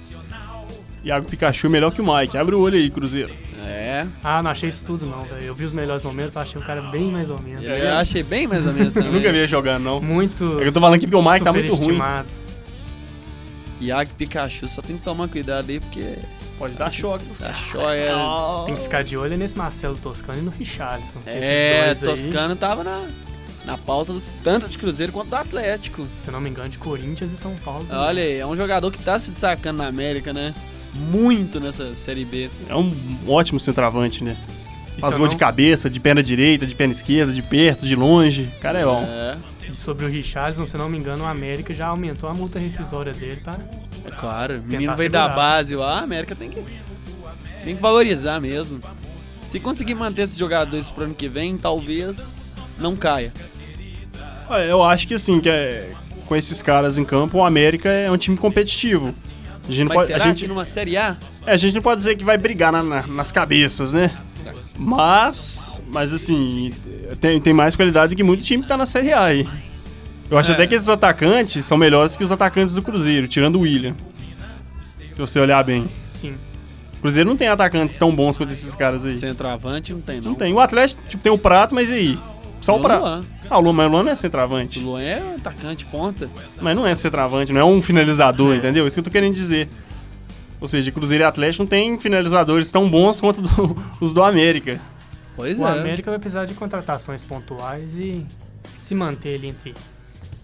[SPEAKER 3] Iago Pikachu é melhor que o Mike. Abre o olho aí, Cruzeiro.
[SPEAKER 2] É.
[SPEAKER 4] Ah, não achei isso tudo não, velho. Eu vi os melhores momentos, eu achei o cara bem mais ou menos.
[SPEAKER 2] Eu achei bem mais ou menos
[SPEAKER 3] Eu nunca vi
[SPEAKER 2] também.
[SPEAKER 3] ele jogando, não.
[SPEAKER 4] Muito.
[SPEAKER 3] É que eu tô falando aqui porque o Mike tá muito ruim.
[SPEAKER 4] superestimado.
[SPEAKER 2] Iago Pikachu, só tem que tomar cuidado aí porque
[SPEAKER 3] Pode dar choque nos
[SPEAKER 2] a joia.
[SPEAKER 4] Tem que ficar de olho nesse Marcelo Toscano e no Richarlison. porque
[SPEAKER 2] É,
[SPEAKER 4] esses dois aí,
[SPEAKER 2] Toscano tava na, na pauta dos, tanto de Cruzeiro quanto do Atlético.
[SPEAKER 4] se eu não me engano, de Corinthians e São Paulo. também.
[SPEAKER 2] Olha aí, é um jogador que tá se destacando na América, né? Muito nessa Série B.
[SPEAKER 3] É um ótimo centroavante, né? Faz
[SPEAKER 4] eu
[SPEAKER 3] gol
[SPEAKER 4] não-
[SPEAKER 3] de cabeça, de perna direita, de perna esquerda, de perto, de longe. O cara é bom.
[SPEAKER 2] É,
[SPEAKER 4] E sobre o Richarlison, se eu não me engano, o América já aumentou a multa rescisória dele tá? pra
[SPEAKER 2] é claro. O menino veio
[SPEAKER 4] segurar.
[SPEAKER 2] da base lá, a América tem que, tem que valorizar mesmo. Se conseguir manter esses jogadores pro ano que vem, talvez não caia.
[SPEAKER 3] Olha, Eu acho que assim, que é- com esses caras em campo, o América é um time competitivo. A gente, não
[SPEAKER 2] Mas
[SPEAKER 3] pode, a
[SPEAKER 2] será
[SPEAKER 3] gente,
[SPEAKER 2] que numa Série A?
[SPEAKER 3] é, a gente não pode dizer que vai brigar na- na- nas cabeças, né? Mas, mas assim, tem, tem mais qualidade que muito time que tá na Série A aí. Eu acho até que esses atacantes são melhores que os atacantes do Cruzeiro, tirando o William. Se você olhar bem.
[SPEAKER 4] sim.
[SPEAKER 3] O Cruzeiro não tem atacantes tão bons quanto esses caras aí.
[SPEAKER 2] Centroavante não tem, não.
[SPEAKER 3] Não tem. O Atlético tipo, tem o Prato, mas e aí? Só
[SPEAKER 2] E
[SPEAKER 3] o
[SPEAKER 2] o
[SPEAKER 3] Prato.
[SPEAKER 2] Luan.
[SPEAKER 3] Ah, o Luan, mas o Luan não é
[SPEAKER 2] O
[SPEAKER 3] centroavante.
[SPEAKER 2] Luan é atacante, ponta.
[SPEAKER 3] Mas não é centroavante, não é um finalizador, entendeu? Isso que eu tô querendo dizer. Ou seja, Cruzeiro e Atlético não tem finalizadores tão bons quanto do- os do América.
[SPEAKER 2] Pois
[SPEAKER 4] O
[SPEAKER 2] é.
[SPEAKER 4] América vai precisar de contratações pontuais e se manter ele entre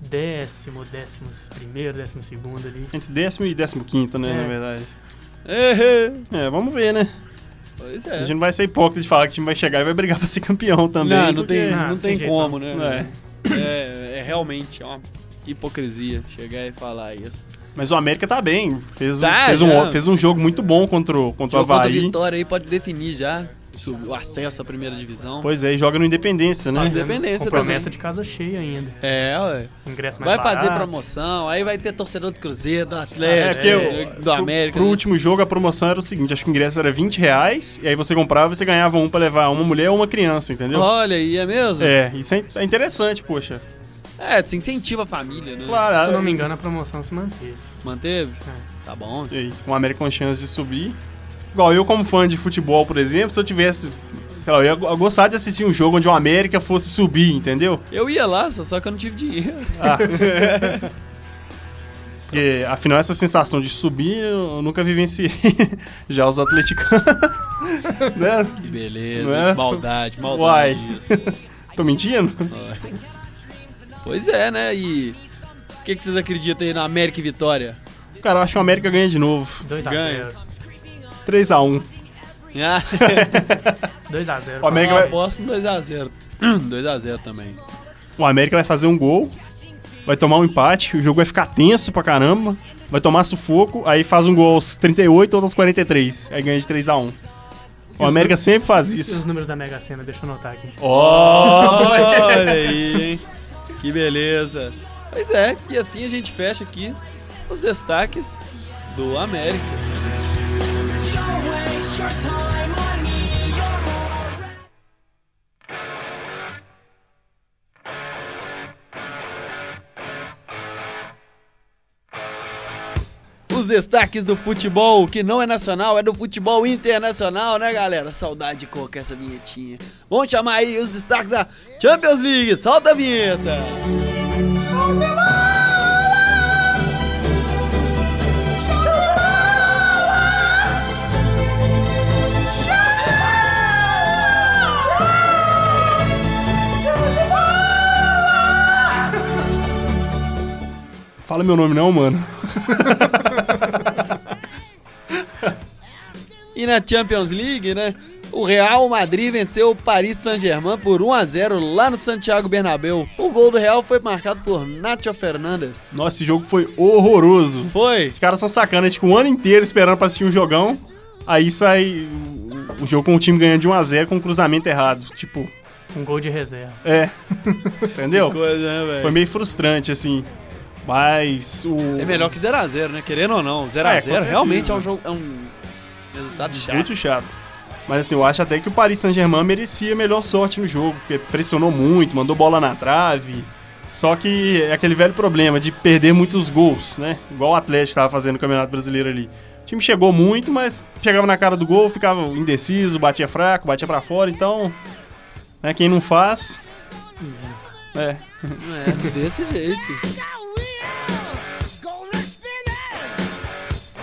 [SPEAKER 4] décimo, décimo primeiro, décimo segundo ali.
[SPEAKER 3] Entre décimo e décimo quinto, né,
[SPEAKER 4] É.
[SPEAKER 3] na verdade.
[SPEAKER 2] Ehe.
[SPEAKER 3] É, vamos ver, né?
[SPEAKER 2] Pois
[SPEAKER 3] A
[SPEAKER 2] é.
[SPEAKER 3] gente não vai ser hipócrita de falar que o time vai chegar e vai brigar pra ser campeão também.
[SPEAKER 2] Não, não
[SPEAKER 3] porque-
[SPEAKER 2] tem,
[SPEAKER 4] Ah,
[SPEAKER 2] não
[SPEAKER 4] não
[SPEAKER 2] tem
[SPEAKER 4] tem jeito,
[SPEAKER 2] como,
[SPEAKER 3] não
[SPEAKER 2] né?
[SPEAKER 3] é.
[SPEAKER 2] É, é realmente é uma hipocrisia chegar e falar isso.
[SPEAKER 3] Mas o América tá bem. Fez, um-
[SPEAKER 2] Tá,
[SPEAKER 3] fez, um,
[SPEAKER 2] já.
[SPEAKER 3] fez um jogo muito bom contra, o-
[SPEAKER 2] O
[SPEAKER 3] contra o
[SPEAKER 2] jogo contra a
[SPEAKER 3] Havaí.
[SPEAKER 2] Vitória aí pode definir já o acesso à primeira divisão.
[SPEAKER 3] Pois é, e joga no Independência, né?
[SPEAKER 2] Fazer Independência
[SPEAKER 4] Com promessa de casa cheia ainda.
[SPEAKER 2] É, ué.
[SPEAKER 4] Ingresso mais
[SPEAKER 2] Vai fazer
[SPEAKER 4] barato.
[SPEAKER 2] promoção, aí vai ter torcedor do Cruzeiro, do
[SPEAKER 3] É,
[SPEAKER 2] Atlético,
[SPEAKER 3] porque o-
[SPEAKER 2] do América.
[SPEAKER 3] Pro, pro
[SPEAKER 2] né?
[SPEAKER 3] último jogo a promoção era o seguinte: acho que o ingresso era 20 reais, e aí você comprava e você ganhava um pra levar uma mulher ou uma criança, entendeu?
[SPEAKER 2] Olha aí, é mesmo?
[SPEAKER 3] É, isso é in- é interessante, poxa.
[SPEAKER 2] É, se incentiva a família, né?
[SPEAKER 3] Claro, É.
[SPEAKER 4] Se eu não me
[SPEAKER 3] ah,
[SPEAKER 4] engano, a promoção se manteve.
[SPEAKER 2] Manteve? Tá bom.
[SPEAKER 3] e aí, com o América com chance de subir. Igual eu, como fã de futebol, por exemplo, se eu tivesse. Sei lá, eu ia go- gostar de assistir um jogo onde o América fosse subir, entendeu?
[SPEAKER 2] Eu ia lá, só, só que eu não tive dinheiro.
[SPEAKER 3] Porque, afinal, essa sensação de subir eu nunca vivenciei. Já os atleticanos. né?
[SPEAKER 2] Que beleza,
[SPEAKER 3] Não é?
[SPEAKER 2] hein? maldade,
[SPEAKER 3] Uai.
[SPEAKER 2] maldade.
[SPEAKER 3] Tô mentindo?
[SPEAKER 2] Pois é, né? E O que, que vocês acreditam aí na América e Vitória?
[SPEAKER 3] Cara, eu acho que o América ganha de novo.
[SPEAKER 4] 2x0.
[SPEAKER 2] Ganha.
[SPEAKER 3] 3x1.
[SPEAKER 2] Ah,
[SPEAKER 4] 2x0.
[SPEAKER 3] O América,
[SPEAKER 2] eu
[SPEAKER 3] vai,
[SPEAKER 2] aposto no 2x0. 2x0 também.
[SPEAKER 3] o América vai fazer um gol, vai tomar um empate, o jogo vai ficar tenso pra caramba, vai tomar sufoco, aí faz um gol aos 38 ou aos 43, aí ganha de 3x1. O América sempre faz isso.
[SPEAKER 4] Os números da Mega Sena, deixa eu anotar aqui.
[SPEAKER 2] Olha aí, hein? Que beleza. Pois é, e assim a gente fecha aqui os destaques do América. Os destaques do futebol, que não é nacional, é do futebol internacional, né, galera? Saudade de colocar essa vinhetinha. Vamos chamar aí os destaques da Champions League. Solta a vinheta!
[SPEAKER 3] Fala meu nome não, mano.
[SPEAKER 2] E na Champions League, né? O Real Madrid venceu o Paris Saint-Germain por 1 a 0 lá no Santiago Bernabéu. O gol do Real foi marcado por Nacho Fernandes.
[SPEAKER 3] Nossa, esse jogo foi horroroso.
[SPEAKER 2] Foi?
[SPEAKER 3] Os caras são sacanas, tipo, um ano inteiro esperando pra assistir um jogão, aí sai o- o jogo com o time ganhando de 1x0 com um cruzamento errado. Tipo,
[SPEAKER 4] Um gol de reserva.
[SPEAKER 3] é. Entendeu?
[SPEAKER 2] Coisa, né,
[SPEAKER 3] Foi
[SPEAKER 2] velho?
[SPEAKER 3] meio frustrante, assim. Mas o.
[SPEAKER 2] É melhor que 0 a 0 né? Querendo ou não, 0
[SPEAKER 3] É,
[SPEAKER 2] a
[SPEAKER 3] com
[SPEAKER 2] 0
[SPEAKER 3] certeza.
[SPEAKER 2] realmente é um jogo é um resultado chato.
[SPEAKER 3] Muito chato. Mas assim, eu acho até que o Paris Saint-Germain merecia melhor sorte no jogo, porque pressionou muito, mandou bola na trave. Só que é aquele velho problema de perder muitos gols, né? Igual o Atlético tava fazendo no Campeonato Brasileiro ali. O time chegou muito, mas chegava na cara do gol, ficava indeciso, batia fraco, batia pra fora, então. Né, quem não faz. É.
[SPEAKER 2] É, desse jeito.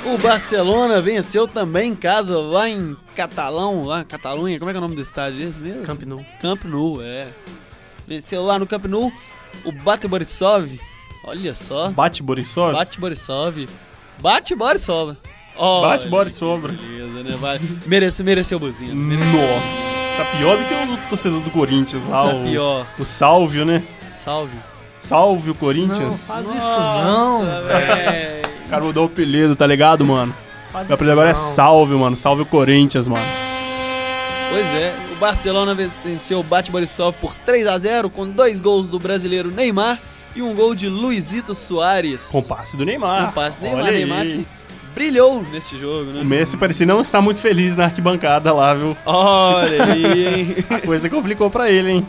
[SPEAKER 2] O Barcelona venceu também em casa, lá em Catalão, lá em Catalunha, como é que é o nome do estádio esse mesmo?
[SPEAKER 4] Camp Nou.
[SPEAKER 2] Camp Nou, é. Venceu lá no Camp Nou o Bate Borisov. Olha só,
[SPEAKER 3] Bate Borisov?
[SPEAKER 2] Bate Borisov. Bate Borisov. Olha,
[SPEAKER 3] Bate Borisov.
[SPEAKER 2] Beleza, né? Vai. Mereceu, mereceu né? buzina.
[SPEAKER 3] Nossa. Tá pior do que o torcedor do Corinthians lá,
[SPEAKER 2] Tá
[SPEAKER 3] o,
[SPEAKER 2] pior.
[SPEAKER 3] o Sálvio, né?
[SPEAKER 2] Salve.
[SPEAKER 3] Salve o Corinthians.
[SPEAKER 4] Não, faz isso não.
[SPEAKER 2] velho.
[SPEAKER 3] O cara mudou o apelido, tá ligado, mano?
[SPEAKER 4] Faz
[SPEAKER 3] Meu apelido agora é
[SPEAKER 4] não.
[SPEAKER 3] Salve, mano. Salve o Corinthians, mano.
[SPEAKER 2] Pois é, o Barcelona venceu o Bate Borisov por 3 a 0 com dois gols do brasileiro Neymar e um gol de Luizito Soares.
[SPEAKER 3] Com o passe do Neymar.
[SPEAKER 2] Um passe Neymar,
[SPEAKER 3] Olha aí.
[SPEAKER 2] Neymar que brilhou nesse jogo,
[SPEAKER 3] O
[SPEAKER 2] né?
[SPEAKER 3] Messi parecia não estar muito feliz na arquibancada lá, viu?
[SPEAKER 2] Olha aí, hein?
[SPEAKER 3] A coisa complicou pra ele, hein?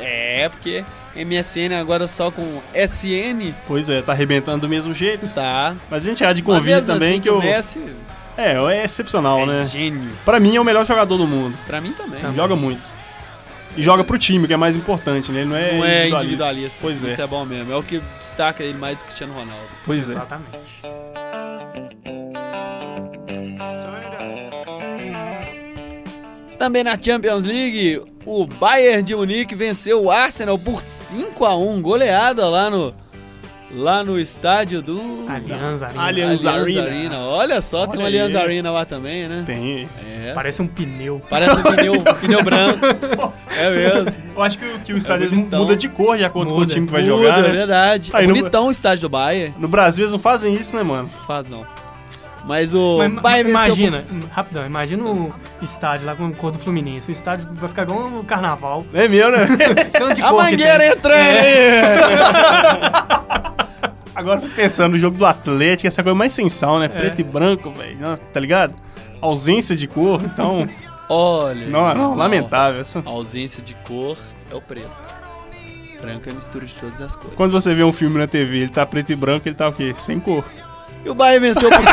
[SPEAKER 2] É, porque MSN agora só com SN,
[SPEAKER 3] Pois é, tá arrebentando do mesmo jeito.
[SPEAKER 2] tá?
[SPEAKER 3] Mas a gente há de
[SPEAKER 2] Mas
[SPEAKER 3] convir
[SPEAKER 2] mesmo
[SPEAKER 3] também
[SPEAKER 2] assim
[SPEAKER 3] que o.
[SPEAKER 2] o Messi
[SPEAKER 3] É, é excepcional,
[SPEAKER 2] é
[SPEAKER 3] né?
[SPEAKER 2] gênio.
[SPEAKER 3] Pra mim é o melhor jogador do mundo.
[SPEAKER 2] Pra mim também.
[SPEAKER 3] Ele joga muito. E joga pro time, que é mais importante, né? Ele não é,
[SPEAKER 2] Não é individualista.
[SPEAKER 3] Pois é,
[SPEAKER 2] Isso é bom mesmo. É o que destaca ele mais do que Cristiano Ronaldo.
[SPEAKER 3] pois é.
[SPEAKER 4] Exatamente.
[SPEAKER 2] Também na Champions League, o Bayern de Munique venceu o Arsenal por 5 a 1 goleada lá no lá no estádio do
[SPEAKER 4] Alianz, Alianz.
[SPEAKER 3] Allianz Arena.
[SPEAKER 2] Olha só, tem um
[SPEAKER 3] Olha aí.
[SPEAKER 2] Allianz Arena lá também, né?
[SPEAKER 3] Tem.
[SPEAKER 2] É.
[SPEAKER 4] Parece um pneu.
[SPEAKER 2] Parece um pneu, pneu branco. É mesmo.
[SPEAKER 3] Eu acho que, o- que o estádio
[SPEAKER 2] É bonitão.
[SPEAKER 3] muda de cor de acordo com o
[SPEAKER 4] Muda.
[SPEAKER 3] time que vai
[SPEAKER 2] Muda,
[SPEAKER 3] jogar,
[SPEAKER 2] é
[SPEAKER 3] né?
[SPEAKER 2] verdade. É
[SPEAKER 3] Aí não-
[SPEAKER 2] bonitão o estádio do Bayern.
[SPEAKER 3] No Brasil eles não fazem isso, né, mano?
[SPEAKER 2] Não faz não. Mas o
[SPEAKER 4] Mas
[SPEAKER 2] Bayern venceu
[SPEAKER 4] imagina,
[SPEAKER 2] por...
[SPEAKER 4] rapidão, imagina o estádio lá com a cor do Fluminense. O estádio vai ficar igual um carnaval.
[SPEAKER 3] É meu, né?
[SPEAKER 4] Tanto de
[SPEAKER 2] A
[SPEAKER 4] cor que
[SPEAKER 2] mangueira
[SPEAKER 4] tem.
[SPEAKER 2] entrando!
[SPEAKER 3] É. Agora eu tô pensando no jogo do Atlético, essa coisa mais sensal, né? Preto e branco, velho. não, Tá ligado? Ausência de cor, então.
[SPEAKER 2] Olha.
[SPEAKER 3] não, não, lamentável. Isso-
[SPEAKER 2] A ausência de cor é o preto. Branco é a mistura de todas as cores.
[SPEAKER 3] Quando você vê um filme na TV, ele tá preto e branco, ele tá o quê? Sem cor.
[SPEAKER 2] E o Bahia venceu por 5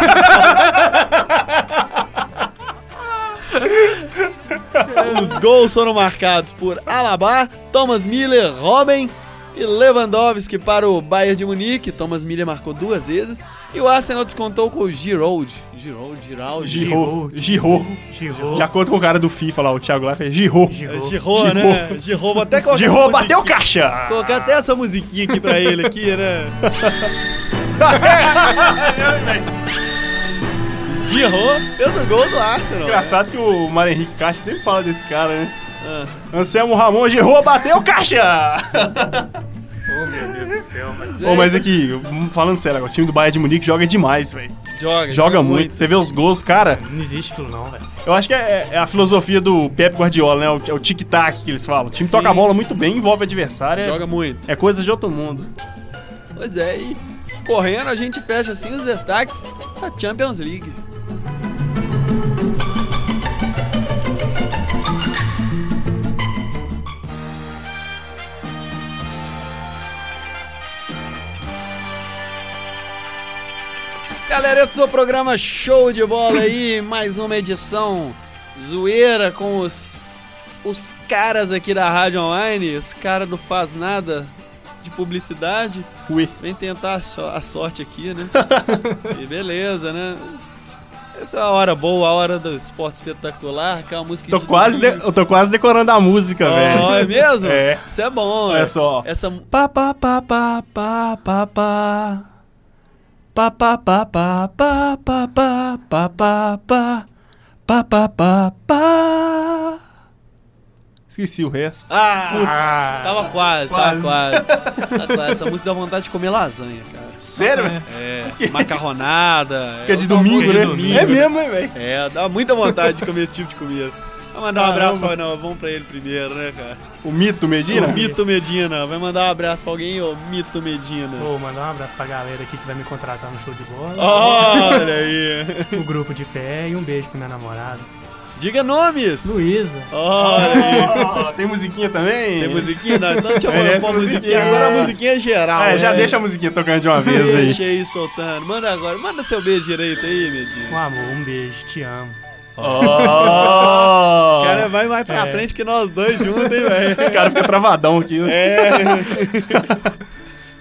[SPEAKER 2] Os gols foram marcados por Alabá, Thomas Miller, Robin e Lewandowski para o Bayern de Munique. Thomas Miller marcou duas vezes E o Arsenal descontou com o Giroud. Giroud, Giroud.
[SPEAKER 3] Girou. Girou.
[SPEAKER 4] Girou.
[SPEAKER 3] De acordo com o cara do FIFA lá, o Thiago lá, fez girou.
[SPEAKER 4] Girou.
[SPEAKER 2] É, Giroud, né? Giroud, vou até colocar
[SPEAKER 3] Girou,
[SPEAKER 2] essa
[SPEAKER 3] bateu
[SPEAKER 2] musiquinha-
[SPEAKER 3] o caixa.
[SPEAKER 2] Colocar até essa musiquinha aqui pra ele aqui, né? Giroud fez o gol do Arsenal. né?
[SPEAKER 3] Engraçado que o Mário Henrique Caixa sempre fala desse cara, né?
[SPEAKER 2] Ah.
[SPEAKER 3] Anselmo Ramon girou, bateu o caixa.
[SPEAKER 2] é
[SPEAKER 3] Ô, mas é aqui, falando sério agora, o time do Bayern de Munique joga demais, velho.
[SPEAKER 2] Joga,
[SPEAKER 3] Joga muito. Você vê os gols, cara.
[SPEAKER 4] Não existe aquilo não, velho.
[SPEAKER 3] Eu acho que é, é a filosofia do Pep Guardiola, né? O- É o tic-tac que eles falam. O time
[SPEAKER 2] Sim.
[SPEAKER 3] toca a bola muito bem, envolve o adversário. é-
[SPEAKER 2] Joga muito.
[SPEAKER 3] É coisa de outro mundo.
[SPEAKER 2] Pois é, e correndo a gente fecha assim os destaques da Champions League. Galera, esse é o programa Show de Bola aí, mais uma edição zoeira com os, os caras aqui da Rádio Online, os caras do Faz Nada de publicidade.
[SPEAKER 3] Ui.
[SPEAKER 2] Vem tentar a so- a sorte aqui, né? e beleza, né? Essa é a hora boa, a hora do esporte espetacular, aquela música
[SPEAKER 3] Tô quase, de- eu tô quase decorando a música, velho.
[SPEAKER 2] Oh, é mesmo?
[SPEAKER 3] É.
[SPEAKER 2] Isso é bom,
[SPEAKER 3] Olha
[SPEAKER 2] é.
[SPEAKER 3] só.
[SPEAKER 2] Essa
[SPEAKER 3] Pá, pá, pá, pá, pá, pá, pá. Pá, pá, pá, pá, pá, pá, pá, pá, pá, pá. Pá, pá, pá, pá. Esqueci o resto.
[SPEAKER 2] Ah, putz, tava quase, tava
[SPEAKER 3] quase.
[SPEAKER 2] quase. Tava quase. Essa música dá vontade de comer lasanha, cara.
[SPEAKER 3] Sério, velho?
[SPEAKER 2] É, macarronada.
[SPEAKER 3] Que é de domingo,
[SPEAKER 4] de
[SPEAKER 3] né?
[SPEAKER 4] domingo,
[SPEAKER 3] É mesmo, hein, velho?
[SPEAKER 2] É, dá muita vontade de comer esse tipo de comida. Vai mandar um
[SPEAKER 3] Caramba.
[SPEAKER 2] abraço pra não, vamos pra ele primeiro, né, cara?
[SPEAKER 3] O mito, Medina?
[SPEAKER 2] O Mito Medina, vai mandar um abraço pra alguém, ô Mito Medina.
[SPEAKER 4] Vou mandar um abraço pra galera aqui que vai me contratar no show de bola.
[SPEAKER 2] Olha aí.
[SPEAKER 4] O grupo de pé e um beijo pra minha namorada.
[SPEAKER 2] Diga nomes.
[SPEAKER 4] Luísa.
[SPEAKER 2] Olha aí.
[SPEAKER 3] Ó, Ah, Tem musiquinha também?
[SPEAKER 2] Tem musiquinha? Não, então deixa eu
[SPEAKER 3] É,
[SPEAKER 2] pôr
[SPEAKER 3] essa
[SPEAKER 2] a musiquinha.
[SPEAKER 3] musiquinha.
[SPEAKER 2] Agora a musiquinha é geral.
[SPEAKER 3] É, já
[SPEAKER 2] né?
[SPEAKER 3] deixa a musiquinha tocando de uma vez aí.
[SPEAKER 2] Deixa aí soltando. Manda agora. Manda seu beijo direito aí,
[SPEAKER 4] Um
[SPEAKER 2] Medina.
[SPEAKER 4] amor, um beijo, te amo.
[SPEAKER 2] O
[SPEAKER 3] Oh.
[SPEAKER 2] cara vai mais pra frente que nós dois juntos, hein, velho?
[SPEAKER 3] Esse cara fica travadão aqui.
[SPEAKER 2] É.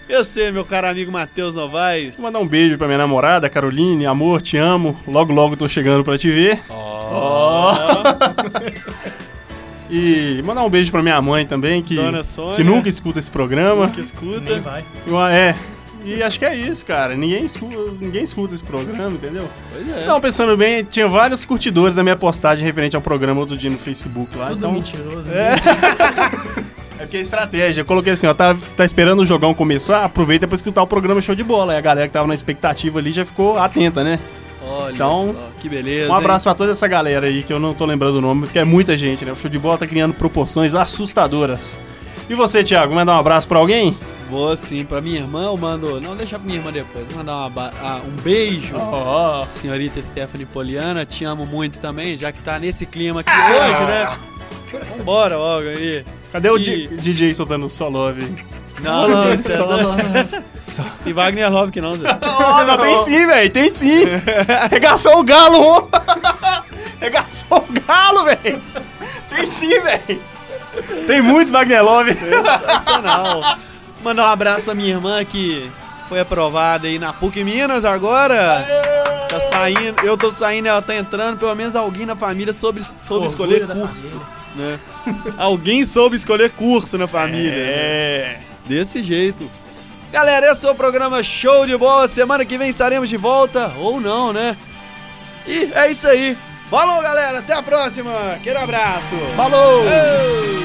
[SPEAKER 2] Eu sei, meu caro amigo Matheus Novaes.
[SPEAKER 3] Vou mandar um beijo pra minha namorada, Caroline. Amor, te amo. Logo, logo tô chegando pra te ver. Oh. e mandar um beijo pra minha mãe também, que,
[SPEAKER 2] Dona Sônia.
[SPEAKER 3] que nunca escuta esse programa.
[SPEAKER 2] Que escuta.
[SPEAKER 4] vai.
[SPEAKER 3] E uma- É. E acho que é isso, cara. Ninguém escuta, ninguém escuta esse programa, entendeu?
[SPEAKER 2] Pois é.
[SPEAKER 3] Não, pensando bem, tinha vários curtidores da minha postagem referente ao programa outro dia no Facebook lá.
[SPEAKER 4] Tudo
[SPEAKER 3] então,
[SPEAKER 4] mentiroso.
[SPEAKER 3] É. É porque é estratégia. Eu coloquei assim, ó, tá, tá esperando o jogão começar, aproveita pra escutar o programa Show de Bola. Aí a galera que tava na expectativa ali já ficou atenta, né?
[SPEAKER 2] Olha
[SPEAKER 3] Então,
[SPEAKER 2] só, que beleza.
[SPEAKER 3] Um abraço
[SPEAKER 2] hein?
[SPEAKER 3] pra toda essa galera aí, que eu não tô lembrando o nome, porque é muita gente, né? O Show de Bola tá criando proporções assustadoras. E você, Thiago, manda um abraço pra alguém?
[SPEAKER 2] Vou sim, pra minha irmã eu mando. Não, deixa pra minha irmã depois. Vou mandar uma ba- ah, um beijo.
[SPEAKER 3] Ó,
[SPEAKER 2] Senhorita Stephanie Poliana, te amo muito também, já que tá nesse clima aqui hoje, né? Vambora logo aí.
[SPEAKER 3] Cadê o
[SPEAKER 2] E-
[SPEAKER 3] Di- DJ soltando o Solove?
[SPEAKER 2] Não, não, isso é- Tem Wagner Love que não, Zé.
[SPEAKER 3] Oh, não, tem sim, velho, tem sim. Regaçou o galo, ô. Regaçou o galo, velho. Tem sim, velho. Tem muito Wagner Love.
[SPEAKER 2] Sensacional. Mandar um abraço pra minha irmã que foi aprovada aí na PUC Minas agora. Tá saindo, eu tô saindo, ela tá entrando, pelo menos alguém na família soube, soube
[SPEAKER 4] Orgulho
[SPEAKER 2] escolher
[SPEAKER 4] da
[SPEAKER 2] curso, né? Alguém soube escolher curso na família. né?
[SPEAKER 3] É.
[SPEAKER 2] Desse jeito. Galera, esse é o programa Show de Bola. Semana que vem estaremos de volta, ou não, né? E é isso aí. Falou, galera. Até a próxima. Aquele abraço.
[SPEAKER 3] Falou.
[SPEAKER 2] Ei!